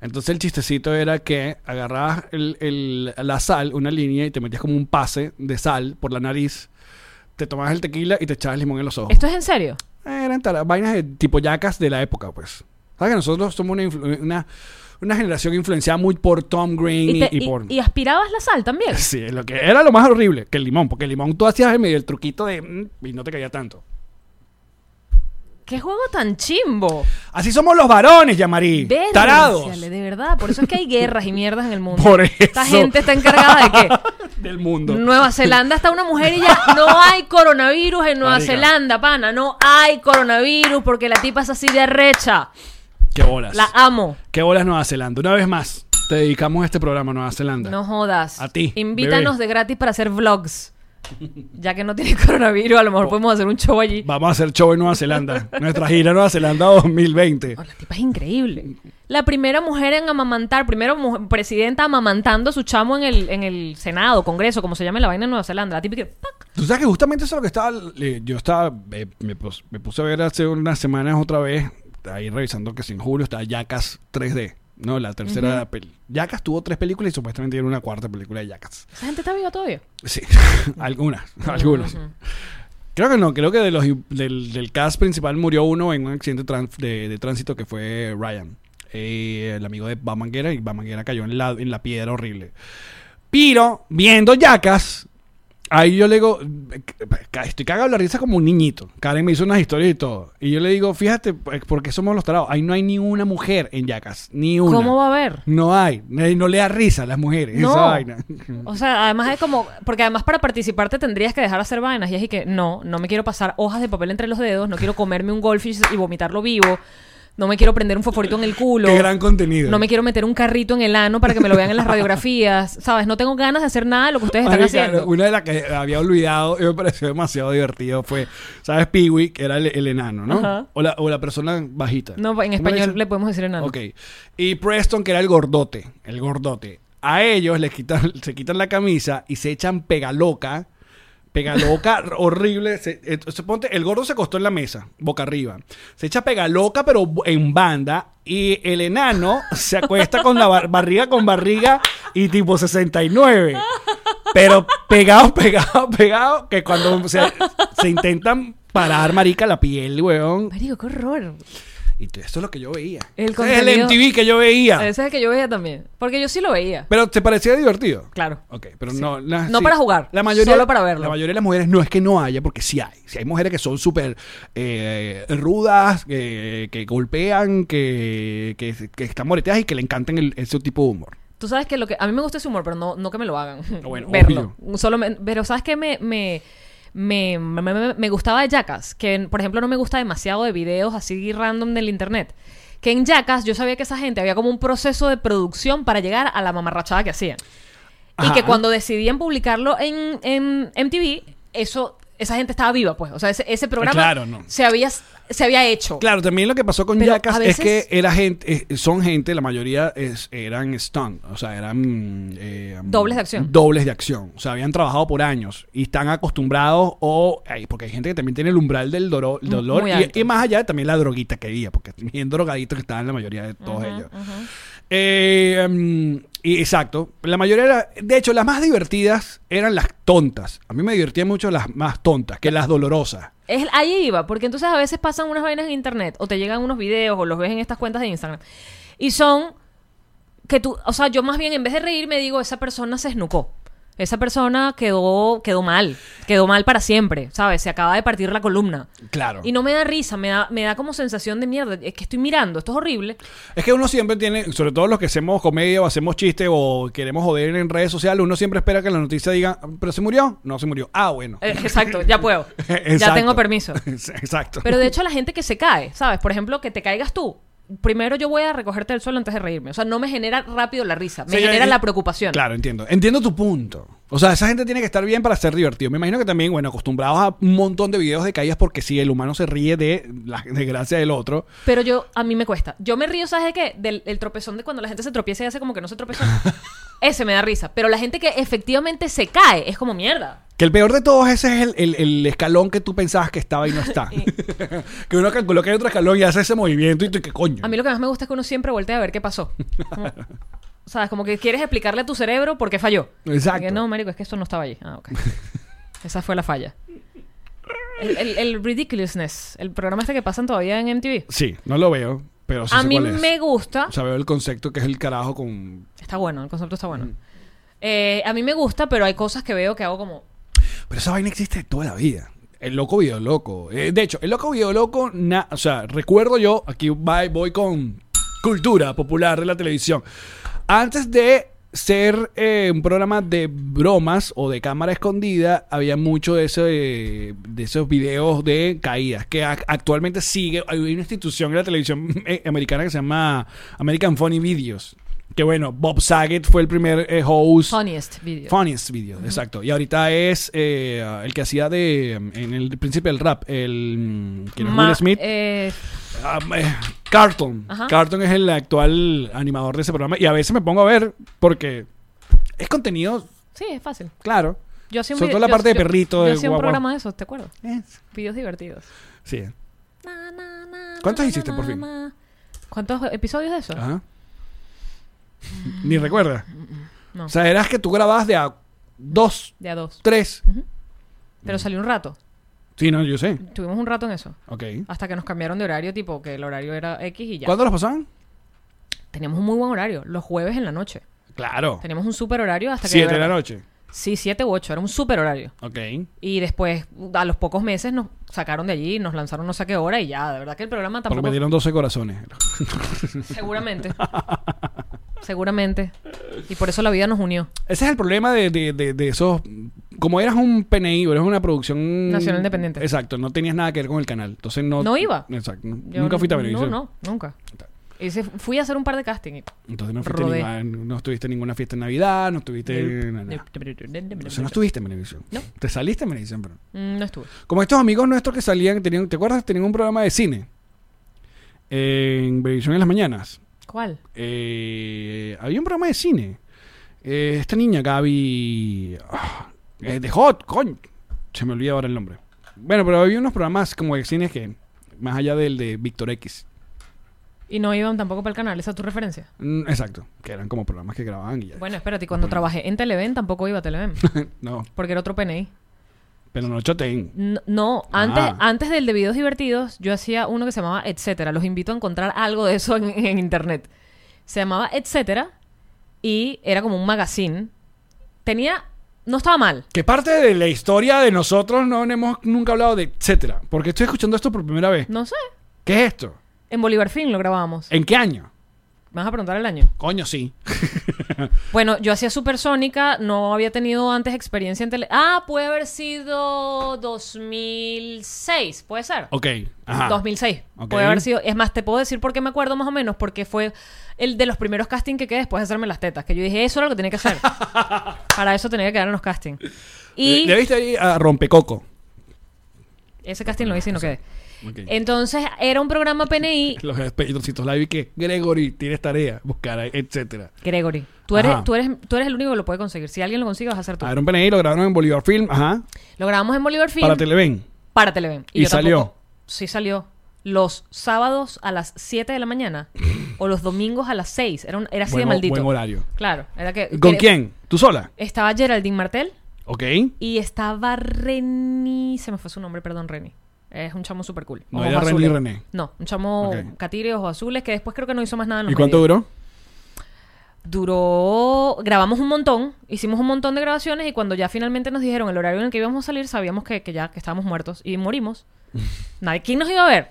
A: Entonces el chistecito era que agarrabas el- el- la sal, una línea, y te metías como un pase de sal por la nariz, te tomabas el tequila y te echabas limón en los ojos. Eh,
B: ¿Esto es en serio?
A: Eran tara- vainas de tipo yacas de la época, pues. ¿Sabes que nosotros somos una, influ- una, una generación influenciada muy por Tom Green y,
B: ¿Y, te-
A: y
B: y-
A: por...
B: y aspirabas la sal también?
A: Sí, lo que era lo más horrible, que el limón, porque el limón tú hacías el medio el truquito de... mm, y no te caía tanto.
B: ¡Qué juego tan chimbo!
A: Así somos los varones, Yamari.
B: Verga,
A: Tarados.
B: Ciale, De verdad, por eso es que hay guerras y mierdas en el mundo.
A: Por eso.
B: Esta gente está encargada de que
A: Del mundo.
B: Nueva Zelanda está una mujer y ya no hay coronavirus en Nueva
A: Marica.
B: Zelanda, pana. No hay coronavirus porque la tipa es así de recha.
A: Qué bolas.
B: La amo.
A: Qué bolas Nueva Zelanda. Una vez más, te dedicamos este programa a Nueva Zelanda.
B: No jodas.
A: A ti,
B: Invítanos
A: bebé.
B: de gratis para hacer vlogs. Ya que no tiene coronavirus, a lo mejor podemos hacer un show allí.
A: Vamos a hacer show en Nueva Zelanda. Nuestra gira Nueva Zelanda 2020.
B: Oh, la tipa es increíble. La primera mujer en amamantar, primera mujer- presidenta amamantando a su chamo en el, en el Senado, Congreso, como se llame la vaina en Nueva Zelanda. La tipa que... ¡pac!
A: Tú sabes que justamente eso es lo que estaba. eh, yo estaba. eh, me, pus- me puse a ver hace unas semanas otra vez. Ahí revisando que si en julio está Yacas 3D. No, la tercera. peli- Jackass tuvo tres películas y supuestamente tiene una cuarta película de Yacas.
B: Esa gente está viva todavía.
A: Sí, algunas. Algunos. Creo que no, creo que de los, del, del cast principal murió uno en un accidente trans- de, de tránsito que fue Ryan, eh, el amigo de Bam Manguera, y Bam Manguera cayó en la, en la piedra horrible. Pero, viendo Yacas, ahí yo le digo, eh, ca- estoy cagado de la risa como un niñito. Karen me hizo unas historias y todo. Y yo le digo, fíjate, pues, porque somos los tarados. Ahí no hay ni una mujer en Yacas, ni una.
B: ¿Cómo va a haber?
A: No hay, no, no le da risa a las mujeres.
B: No.
A: Esa vaina.
B: O sea, además es como... Porque además para participar te tendrías que dejar hacer vainas. Y es y que no, no me quiero pasar hojas de papel entre los dedos, no quiero comerme un goldfish y vomitarlo vivo, no me quiero prender un foforito en el culo.
A: Qué gran contenido.
B: No me quiero meter un carrito en el ano para que me lo vean en las radiografías. ¿Sabes? No tengo ganas de hacer nada de lo que ustedes están
A: Marica,
B: haciendo.
A: Una de las que había olvidado y me pareció demasiado divertido fue, ¿sabes? Peewee, que era el, el enano, ¿no?
B: Ajá.
A: O la, o la persona bajita.
B: No, en
A: ¿Cómo
B: español
A: dicen?
B: le podemos decir enano.
A: Ok. Y Preston, que era el gordote, el gordote. A ellos les quitan, se quitan la camisa y se echan pegaloca. Pegaloca horrible. Se, eh, se ponte- el gordo se acostó en la mesa, boca arriba. Se echa pegaloca, pero bu- en banda. Y el enano se acuesta con la bar- barriga con barriga y tipo 69. Pero pegado, pegado, pegado. Que cuando se, se intentan parar, marica, la piel, weón.
B: Marico, qué horror.
A: Y t- esto es lo que yo veía.
B: El
A: Ese es el
B: contenido-
A: MTV que yo veía.
B: Ese es el que yo veía también. Porque yo sí lo veía.
A: Pero te parecía divertido.
B: Claro.
A: Ok, pero no. la-
B: No para jugar,
A: La mayoría,
B: solo para verlo.
A: La mayoría de las mujeres no es que no haya, porque sí hay. Sí hay mujeres que son súper eh, rudas, que- que golpean, que, que, que están moreteadas y que le encantan el- ese tipo de humor.
B: Tú sabes que lo que. A mí me gusta ese humor, pero no, no que me lo hagan.
A: Ah, bueno,
B: Verlo. Solo me- pero sabes que me. me me, me, me- me gustaba de Jackass, que por ejemplo no me gusta demasiado de videos así random del internet. Que en Jackass yo sabía que esa gente había como un proceso de producción para llegar a la mamarrachada que hacían. Y
A: Ajá.
B: que cuando decidían publicarlo en, en MTV, eso, esa gente estaba viva, pues. O sea, ese, ese programa
A: Claro, no.
B: se, había, se había hecho.
A: Claro, también lo que pasó con
B: Pero
A: Jackass
B: a
A: es
B: veces-
A: que era gente, eh, son gente, la mayoría es- eran stunt, o sea, eran eh,
B: Dobles de acción.
A: Dobles de acción. O sea, habían trabajado por años y están acostumbrados o ay, porque hay gente que también tiene el umbral del doro-
B: Mm, Muy
A: dolor
B: alto.
A: y, y más allá también la droguita que había, porque bien drogaditos que estaban la mayoría de todos ellos. Eh, mm, y exacto. La mayoría era, de hecho, las más divertidas eran las tontas. A mí me divertían mucho las más tontas que las dolorosas.
B: Es, ahí iba, porque entonces a veces pasan unas vainas en internet o te llegan unos videos o los ves en estas cuentas de Instagram Y son que tú, o sea, yo más bien en vez de reírme digo, esa persona se esnucó. Esa persona quedó, quedó mal, quedó mal para siempre, ¿sabes? Se acaba de partir la columna.
A: Claro.
B: Y no me da risa, me da, me da como sensación de mierda. Es que estoy mirando, esto es horrible.
A: Es que uno siempre tiene, sobre todo los que hacemos comedia o hacemos chiste o queremos joder en redes sociales, uno siempre espera que la noticia diga, pero se murió, no se murió. Ah, bueno.
B: Eh, exacto, ya puedo. Ya
A: Exacto.
B: tengo permiso.
A: Exacto.
B: Pero de hecho la gente que se cae, ¿sabes? Por ejemplo, que te caigas tú. Primero yo voy a recogerte del suelo antes de reírme. O sea, no me genera rápido la risa, me
A: Sí, yo-
B: genera
A: yo-
B: la preocupación.
A: Claro, entiendo. Entiendo tu punto. O sea, esa gente tiene que estar bien para ser divertido. Me imagino que también, bueno, acostumbrados a un montón de videos de caídas porque si el humano se ríe de la desgracia del otro.
B: Pero yo, a mí me cuesta. Yo me río, ¿sabes de qué? Del el tropezón de cuando la gente se tropieza y hace como que no se tropezó. Ese me da risa. Pero la gente que efectivamente se cae es como mierda.
A: Que el peor de todos ese es el, el- el escalón que tú pensabas que estaba y no está. que uno calculó que hay otro escalón y hace ese movimiento y tú, ¿qué coño?
B: A mí lo que más me gusta es que uno siempre voltea a ver qué pasó. Como- ¿Sabes? Como que quieres explicarle a tu cerebro por qué falló.
A: Exacto.
B: Porque, no, marico, es que esto no estaba allí. Ah, ok. Esa fue la falla. El, el- el Ridiculousness, el programa este que pasan todavía en MTV.
A: Sí, no lo veo, pero sí
B: a
A: sé
B: mí
A: cuál es.
B: me gusta.
A: O sea, veo el concepto que es el carajo con...
B: Está bueno, el concepto está
A: Mm.
B: bueno. Eh, a mí me gusta, pero hay cosas que veo que hago como...
A: Pero esa vaina existe toda la vida. El loco video loco. Eh, de hecho, el loco video loco, na- o sea, recuerdo yo, aquí va- voy con cultura popular de la televisión. Antes de ser eh, un programa de bromas o de cámara escondida, había mucho de, ese, de esos videos de caídas, que ac- actualmente sigue. Hay una institución en la televisión eh, americana que se llama American Funny Videos. Que bueno, Bob Saget fue el primer eh, host.
B: Funniest video.
A: Funniest video, exacto. Y ahorita es eh, el que hacía de en el principio del rap, el mm, ¿quién es?
B: Ma-
A: Will Smith.
B: eh,
A: Ah, eh, Carlton.
B: Ajá.
A: Carlton es el actual animador de ese programa. Y a veces me pongo a ver porque es contenido,
B: sí, es fácil.
A: claro.
B: Yo hacía un
A: Sobre
B: video-
A: todo la
B: yo-
A: parte de
B: yo-
A: perrito,
B: Yo
A: de
B: hacía un
A: guau, guau.
B: programa de esos, ¿te acuerdas?
A: Eh,
B: Videos divertidos.
A: sí.
B: Na, na, na,
A: ¿Cuántos
B: na,
A: hiciste,
B: na,
A: por
B: na,
A: fin?
B: na. ¿Cuántos episodios de eso?
A: Ajá. Ni recuerda.
B: Mm, No.
A: O sea, eras que tú grababas de a dos,
B: De a dos.
A: tres. Mm.
B: Pero salió un rato.
A: Sí, no, yo sé.
B: Tuvimos un rato en eso.
A: Ok.
B: Hasta que nos cambiaron de horario, tipo que el horario era X y ya.
A: ¿Cuándo los pasaban?
B: Teníamos un muy buen horario. Los jueves en la noche.
A: Claro.
B: Teníamos un super horario hasta que.
A: Siete de la noche.
B: Sí, siete u ocho. Era un super horario.
A: Ok.
B: Y después, a los pocos meses, nos sacaron de allí, nos lanzaron no sé qué hora y ya. De verdad que el programa
A: Porque
B: tampoco.
A: me dieron 12 corazones.
B: Seguramente. Seguramente. Y por eso la vida nos unió.
A: Ese es el problema de, de- de- de esos. Como eras un PNI, o eras una producción.
B: Nacional independiente.
A: Exacto, no tenías nada que ver con el canal. Entonces no.
B: No iba.
A: Exacto. no-
B: Yo
A: nunca fuiste a
B: No,
A: televisión.
B: no, nunca. Hice- fui a hacer un par de casting. y-
A: Entonces no fuiste
B: Rodé.
A: ninguna- no estuviste en ninguna fiesta de Navidad, no estuviste. nada. Entonces no estuviste en Venevisión.
B: No.
A: Te saliste en Venevisión, pero.
B: Mm, No estuve.
A: Como estos amigos nuestros que salían, tenían, ¿te acuerdas? Tenían un programa de cine. En Venevisión en las mañanas.
B: ¿Cuál?
A: Eh, había un programa de cine. Eh, esta niña, Gaby. ah, eh, de Hot, coño. Se me olvida ahora el nombre. Bueno, pero había unos programas como de cine que. Más allá del de Víctor X.
B: Y no iban tampoco para el canal, esa es tu referencia.
A: Mm, exacto. Que eran como programas que grababan y ya.
B: Bueno, espérate, y
A: Mm.
B: cuando trabajé en Televen tampoco iba a Televen,
A: no,
B: porque era otro PNI.
A: pero no choten.
B: No, no, antes,
A: Ah.
B: antes del de videos divertidos, yo hacía uno que se llamaba Etcétera. Los invito a encontrar algo de eso en, en internet. Se llamaba Etcétera y era como un magazine. Tenía. No estaba mal.
A: Que parte de la historia de nosotros no hemos nunca hablado de etcétera. Porque estoy escuchando esto por primera vez.
B: No sé.
A: ¿Qué es esto?
B: En Bolívar Film lo grabábamos.
A: ¿En qué año?
B: ¿Me vas a preguntar el año?
A: Coño, sí.
B: Bueno, yo hacía Supersónica, no había tenido antes experiencia en tele. Ah, puede haber sido 2006, puede ser.
A: Ok. Ajá.
B: 2006.
A: Ok.
B: Puede haber sido. Es más, te puedo decir por qué me acuerdo más o menos, porque fue el de los primeros castings que quedé después de hacerme las tetas. Que yo dije, eso era lo que tenía que hacer. Para eso tenía que quedar en los castings. Y
A: Eh, Le, le viste ahí a Rompecoco.
B: ese casting lo hice y no quedé.
A: Ok.
B: Entonces, era un programa PNI.
A: los pedidorcitos live que Gregory tienes tarea, buscar, etcétera.
B: Gregory, tú eres,
A: Ajá.
B: tú, eres, tú eres el único que lo puede conseguir. Si alguien lo consigue, vas a ser tú.
A: A ver, un PNI lo grabaron en Bolívar Film, ajá,
B: Lo grabamos en Bolívar Film.
A: para Televen.
B: para Televen.
A: ¿Y
B: yo
A: salió?
B: tampoco- sí salió. Los sábados a las 7 de la mañana o los domingos a las 6. Era, un- era así
A: Buen-
B: de maldito. Eh,
A: buen horario.
B: Claro. Era que,
A: ¿Con
B: que-
A: quién? ¿Tú sola?
B: Estaba Geraldine Martel
A: Ok.
B: y estaba Reni... Se me fue su nombre, perdón, Reni. Es un chamo súper cool.
A: No
B: Ojos
A: era René
B: azules.
A: René.
B: No, un chamo
A: Ok.
B: catire, ojos azules, que después creo que no hizo más nada. en los
A: ¿Y cuánto
B: medios.
A: duró?
B: Duró, grabamos un montón, hicimos un montón de grabaciones y cuando ya finalmente nos dijeron el horario en el que íbamos a salir, sabíamos que, que ya que estábamos muertos y morimos. Nadie, ¿Quién nos iba a ver?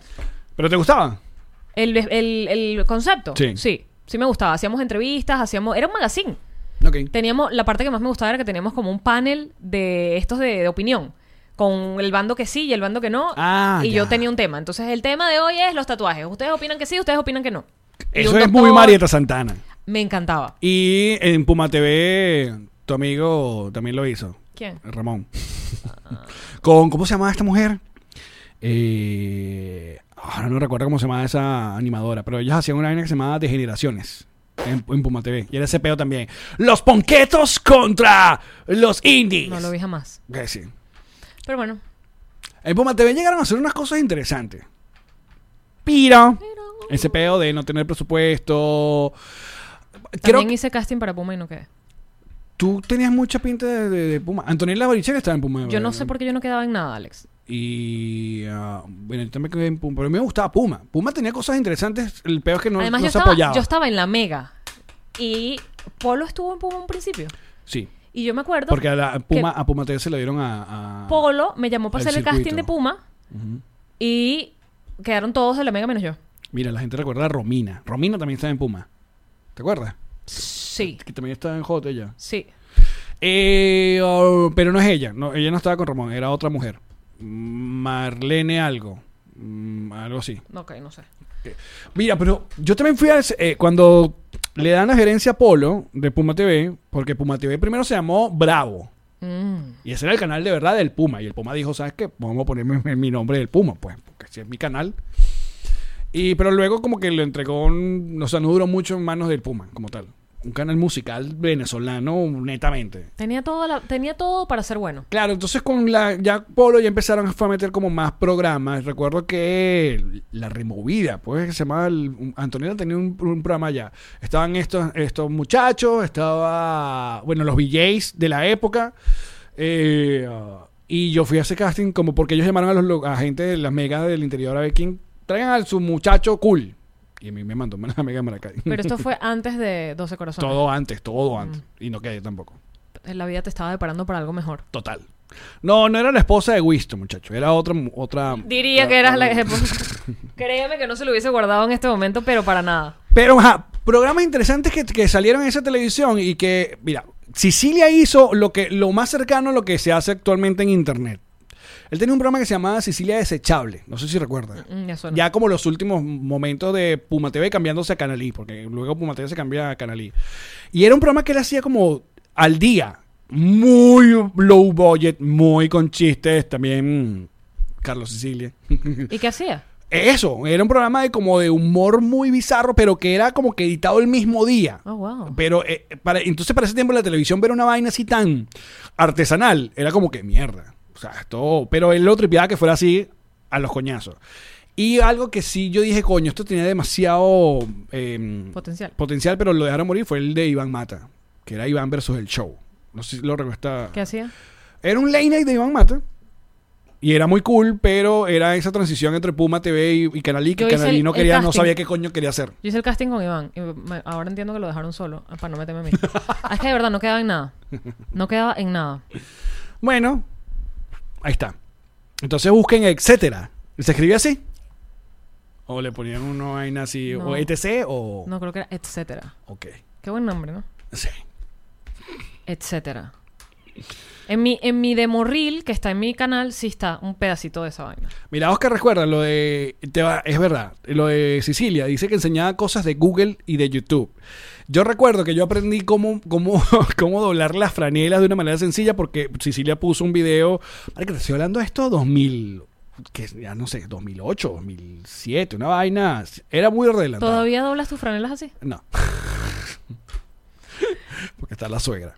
A: ¿Pero te gustaba?
B: El, el- el concepto.
A: Sí.
B: sí. Sí me gustaba. Hacíamos entrevistas, hacíamos... Era un magazine.
A: Ok.
B: Teníamos... La parte que más me gustaba era que teníamos como un panel de estos de, de opinión. Con el bando que sí y el bando que no.
A: Ah,
B: y
A: ya.
B: yo tenía un tema. Entonces el tema de hoy es los tatuajes. Ustedes opinan que sí, ustedes opinan que no. Y
A: Eso
B: un
A: es muy
B: doctor-
A: Marieta Santana.
B: Me encantaba.
A: Y en Puma TV, tu amigo también lo hizo.
B: ¿Quién?
A: Ramón. Con, ¿cómo se llamaba esta mujer? Eh, ahora no recuerdo cómo se llamaba esa animadora, pero ellos hacían una vaina que se llamaba Degeneraciones. En, en Puma TV. Y era ese peo también. Los ponquetos contra los indies.
B: No lo vi jamás.
A: Que sí.
B: Pero bueno.
A: En Puma TV llegaron a hacer unas cosas interesantes. Pero. Ese peo de no tener presupuesto. Creo
B: También
A: que
B: hice casting para Puma y no quedé.
A: tú tenías mucha pinta de, de- de Puma. Antonella Barichel estaba en Puma.
B: Yo no sé por qué yo no quedaba en nada, Alex.
A: Y ah, bueno, yo también quedé en Puma, pero a mí me gustaba Puma. Puma tenía cosas interesantes, el peor es que no,
B: Además,
A: no
B: yo,
A: se
B: estaba,
A: apoyaba.
B: yo estaba en la mega. Y Polo estuvo en Puma un principio.
A: Sí,
B: Y yo me acuerdo.
A: porque a, la Puma,
B: que-
A: a Puma TV se lo dieron a... a-
B: Polo me llamó para
A: El
B: hacer el
A: circuito.
B: casting de Puma.
A: Ujú.
B: Y quedaron todos de la mega menos yo.
A: Mira, la gente recuerda a Romina. Romina también estaba en Puma. ¿Te acuerdas?
B: Sí.
A: Que también estaba en J ella.
B: Sí.
A: Eh, oh, pero no es ella. No, ella no estaba con Ramón, era otra mujer. Marlene algo. Mm, algo así.
B: Ok, no sé.
A: Mira, pero yo también fui a... ese- eh, cuando le dan la gerencia a Polo de Puma TV, porque Puma TV primero se llamó Bravo.
B: Mm.
A: Y ese era el canal de verdad del Puma. Y el Puma dijo, ¿sabes qué? Vamos a ponerme mi- mi nombre del Puma, pues, porque si es mi canal. Y, pero luego como que lo entregó, un- o sea, no duró mucho en manos del Puma, como tal. Un canal musical venezolano, netamente.
B: Tenía, todo la- tenía todo para ser bueno.
A: Claro, entonces con la ya Polo ya empezaron a meter como más programas. Recuerdo que la removida, pues que se llamaba el- un- Antonieta tenía un, un programa ya. Estaban estos estos muchachos, estaba bueno los VJs de la época eh, y yo fui a ese casting como porque ellos llamaron a los lo- a gente de las megas del interior a ver quién traigan a su muchacho cool y a mí me mandó la mega de Maracay.
B: Pero esto fue antes de 12 corazones.
A: todo antes, todo antes y no quedé tampoco.
B: La vida te estaba deparando para algo mejor.
A: Total. No, no era la esposa de Wisto, muchacho. Era otra. mu- otra
B: Diría que eras la Créeme que no se lo hubiese guardado en este momento, pero para nada.
A: Pero, ajá, programas interesantes que, que salieron en esa televisión y que, mira, Sicilia hizo lo, que, lo más cercano a lo que se hace actualmente en Internet. Él tenía un programa que se llamaba Sicilia Desechable. No sé si recuerdan.
B: Mm, ya suena.
A: Ya como los últimos momentos de Puma TV cambiándose a Canalí, porque luego Puma TV se cambia a Canalí. Y era un programa que él hacía como al día, muy low budget, muy con chistes, también mm, Carlos Sicilia.
B: ¿Y qué hacía?
A: Eso, era un programa de como de humor muy bizarro, pero que era como que editado el mismo día.
B: Oh, wow.
A: Pero eh, para, entonces para ese tiempo la televisión ver una vaina así tan artesanal era como que mierda. O sea, esto. Pero él lo tripiaba que fuera así a los coñazos. Y algo que sí yo dije, coño, esto tenía demasiado eh,
B: Potencial.
A: potencial, pero lo dejaron morir fue el de Iván Mata, que era Iván versus el show. No sé si lo recuerda.
B: ¿Qué hacía?
A: Era un late night de Iván Mata. Y era muy cool, pero era esa transición entre Puma TV y, y Canalí, que
B: Yo hice
A: Canalí
B: el-
A: no
B: el
A: quería, no
B: casting.
A: sabía qué coño quería hacer.
B: Yo hice el casting con Iván y me- ahora entiendo que lo dejaron solo ah, para no meterme a mí. Ah, es que de verdad no quedaba en nada. No quedaba en nada.
A: Bueno, ahí está. Entonces busquen etcétera. ¿Se escribía así? O le ponían una vaina así,
B: No.
A: o etc, o...
B: No creo que era etcétera.
A: Ok,
B: Qué buen nombre, ¿no?
A: sí.
B: Etcétera. En mi, en mi demorril, que está en mi canal, sí está un pedacito de esa vaina.
A: Mira, Oscar, recuerda lo de... te va- es verdad, lo de Sicilia. Dice que enseñaba cosas de Google y de YouTube. Yo recuerdo que yo aprendí cómo, cómo, cómo doblar las franelas de una manera sencilla porque Sicilia puso un video... Marica, te estoy hablando de esto 2000... Que ya no sé, 2008, 2007, una vaina... Era muy adelantada.
B: ¿Todavía doblas tus franelas así?
A: No. Porque está la suegra.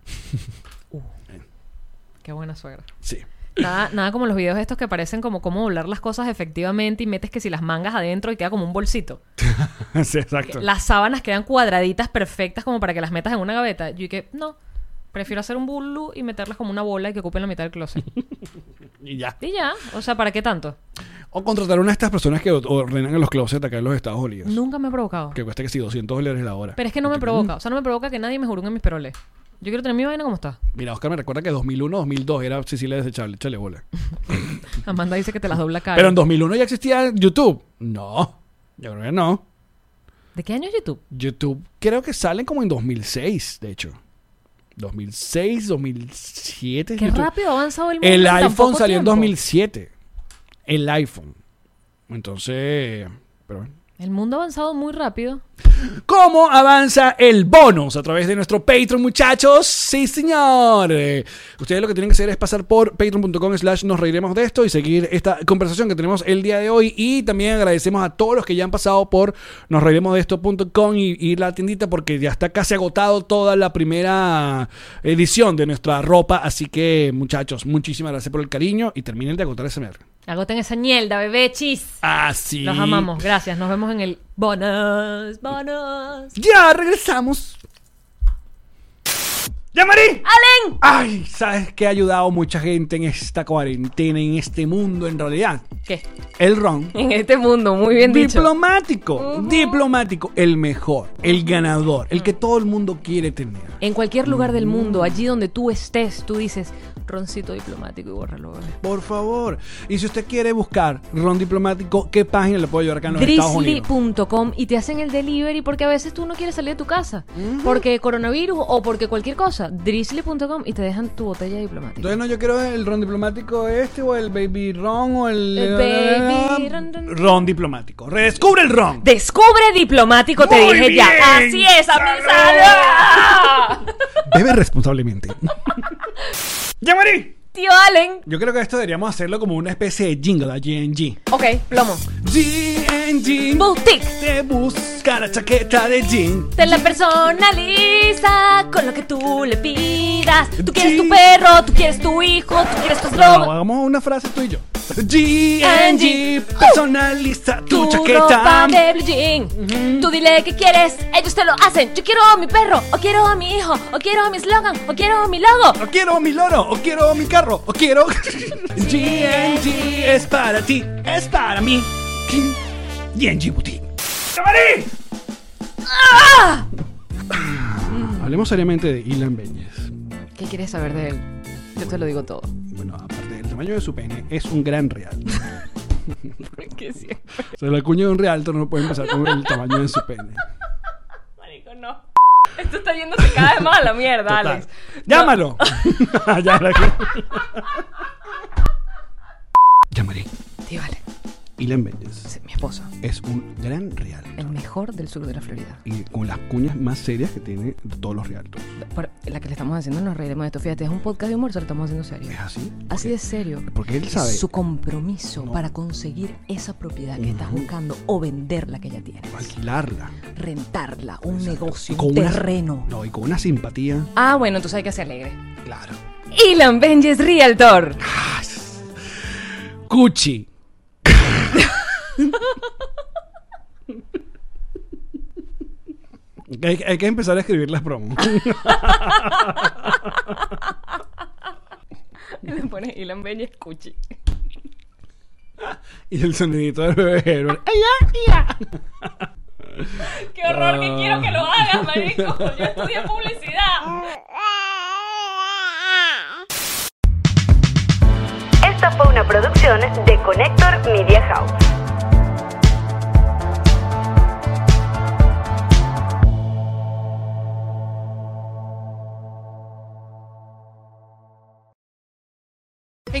B: Qué buena suegra.
A: Sí.
B: Nada, nada como los videos estos que parecen como cómo doblar las cosas efectivamente y metes que si las mangas adentro y queda como un bolsito.
A: Sí, exacto.
B: Las sábanas quedan cuadraditas perfectas como para que las metas en una gaveta. Yo dije, no, prefiero hacer un bullu y meterlas como una bola y que ocupen la mitad del closet.
A: Y ya.
B: y ya, o sea, ¿para qué tanto?
A: O contratar a una de estas personas que ordenan a los closets acá en los Estados Unidos.
B: Nunca me ha provocado.
A: Que cuesta que sí, 200 dólares la hora. mm,
B: Pero es que no me provoca. O sea, no me provoca que nadie me jurungue mis peroles. Yo quiero tener mi vaina como está.
A: Mira, Oscar me recuerda que 2001, 2002 era Sicilia desechable. Échale bola.
B: Amanda dice que te las dobla cara.
A: Pero en 2001 ya existía YouTube. No. Yo creo que no.
B: ¿De qué año es YouTube?
A: YouTube creo que salen como en 2006, de hecho. 2006, 2007.
B: Qué
A: YouTube.
B: rápido ha avanzado el mundo.
A: El
B: en tan
A: iPhone
B: poco
A: salió en
B: tiempo.
A: 2007. El iPhone. Entonces, pero bueno.
B: El mundo ha avanzado muy rápido.
A: ¿Cómo avanza el bonus a través de nuestro Patreon, muchachos? Sí, señor. Eh, Ustedes lo que tienen que hacer es pasar por patreon.com slash nos reiremos de esto y seguir esta conversación que tenemos el día de hoy. Y también agradecemos a todos los que ya han pasado por nos reiremos de esto.com y, y la tiendita porque ya está casi agotado toda la primera edición de nuestra ropa. Así que, muchachos, muchísimas gracias por el cariño y terminen de agotar esa merda.
B: Agoten esa ñelda, bebé, chis.
A: Así.
B: Los amamos. Gracias. Nos vemos en el bonus, bonus.
A: Ya regresamos. ¡Ya, Marí!
B: ¡Alen!
A: Ay, ¿sabes qué ha ayudado mucha gente en esta cuarentena, en este mundo en realidad?
B: ¿Qué?
A: El ron.
B: En este mundo, muy bien dicho.
A: Diplomático, diplomático, el mejor, el ganador, el que todo el mundo quiere tener.
B: En cualquier lugar del mundo, allí donde tú estés, tú dices roncito diplomático y bórralo, bebé.
A: Por favor. Y si usted quiere buscar ron diplomático, ¿qué página le puedo llevar acá en los Estados Unidos?
B: Drizzly.com y te hacen el delivery porque a veces tú no quieres salir de tu casa porque coronavirus o porque cualquier cosa. Drizzly.com y te dejan tu botella diplomática.
A: Entonces no, yo quiero el ron diplomático este o el baby ron o el... eh,
B: El baby ron, ron, ron.
A: ah, Ron diplomático. Redescubre el ron.
B: Descubre diplomático, te
A: Muy
B: dije ya.
A: bien,
B: Así es,
A: salud.
B: amizada.
A: Bebe responsablemente. ¡Ya, Marí!
B: Tío Allen.
A: Yo creo que esto deberíamos hacerlo como una especie de jingle a GNG.
B: Ok, plomo.
A: GNG
B: Boutique.
A: te busca la chaqueta de jean.
B: Te la personaliza con lo que tú le pidas. Tú quieres tu
A: Sí.
B: perro, tú quieres tu hijo, tú quieres tu
A: No,
B: eslogan.
A: hagamos una frase tú y yo. GNG
B: Uh.
A: personaliza tu,
B: ropa
A: chaqueta.
B: de blue jean. Tú dile qué quieres, ellos te lo hacen. Yo quiero a mi perro, o quiero a mi hijo, o quiero a mi slogan, o quiero a mi logo.
A: O quiero mi loro, o quiero mi carro, o quiero. GNG es para ti, es para mí. GNG Boutique. ¡Camarí!
B: ¡Ah!
A: Hablemos seriamente de Ilan Beñez.
B: ¿Qué quieres saber de él? Yo te lo digo todo.
A: Bueno, aparte del tamaño de su pene, es un gran real.
B: Que sí,
A: O sea, la cuña de un realtor no puede empezar con el tamaño de su pene.
B: marico, no. Esto está yéndose cada vez más a la mierda,
A: Total.
B: Alex.
A: ¡Llámalo! ya, la... Llamaré.
B: Tío Alex,
A: Ilan Beñez
B: es mi esposo,
A: es un gran real.
B: el mejor del sur de la Florida.
A: Y con las cuñas más serias que tiene de todos los realtors.
B: Por- la que le estamos haciendo, nos reiremos de esto. Fíjate, es un podcast de humor, se lo estamos haciendo serio.
A: ¿Es así?
B: Así de serio.
A: Porque él sabe.
B: Su compromiso
A: No.
B: para conseguir esa propiedad que estás buscando o vender la que ya tienes.
A: Alquilarla.
B: rentarla, un negocio,
A: Y con
B: un
A: una-
B: terreno.
A: No, y con una simpatía.
B: Ah, bueno, entonces hay que hacer alegre.
A: Claro.
B: Ilan Benjes Realtor.
A: Cuchi. hay, hay que empezar a escribir las promos.
B: Le pones Ilan Benjes Cuchi.
A: y el sonidito del bebé Herbert. ¡Ay,
B: Qué horror,
A: Ah.
B: que quiero que lo hagas, marico. Yo estudié publicidad.
D: Esta fue una producción de Connector Media House.
E: Hey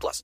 F: plus.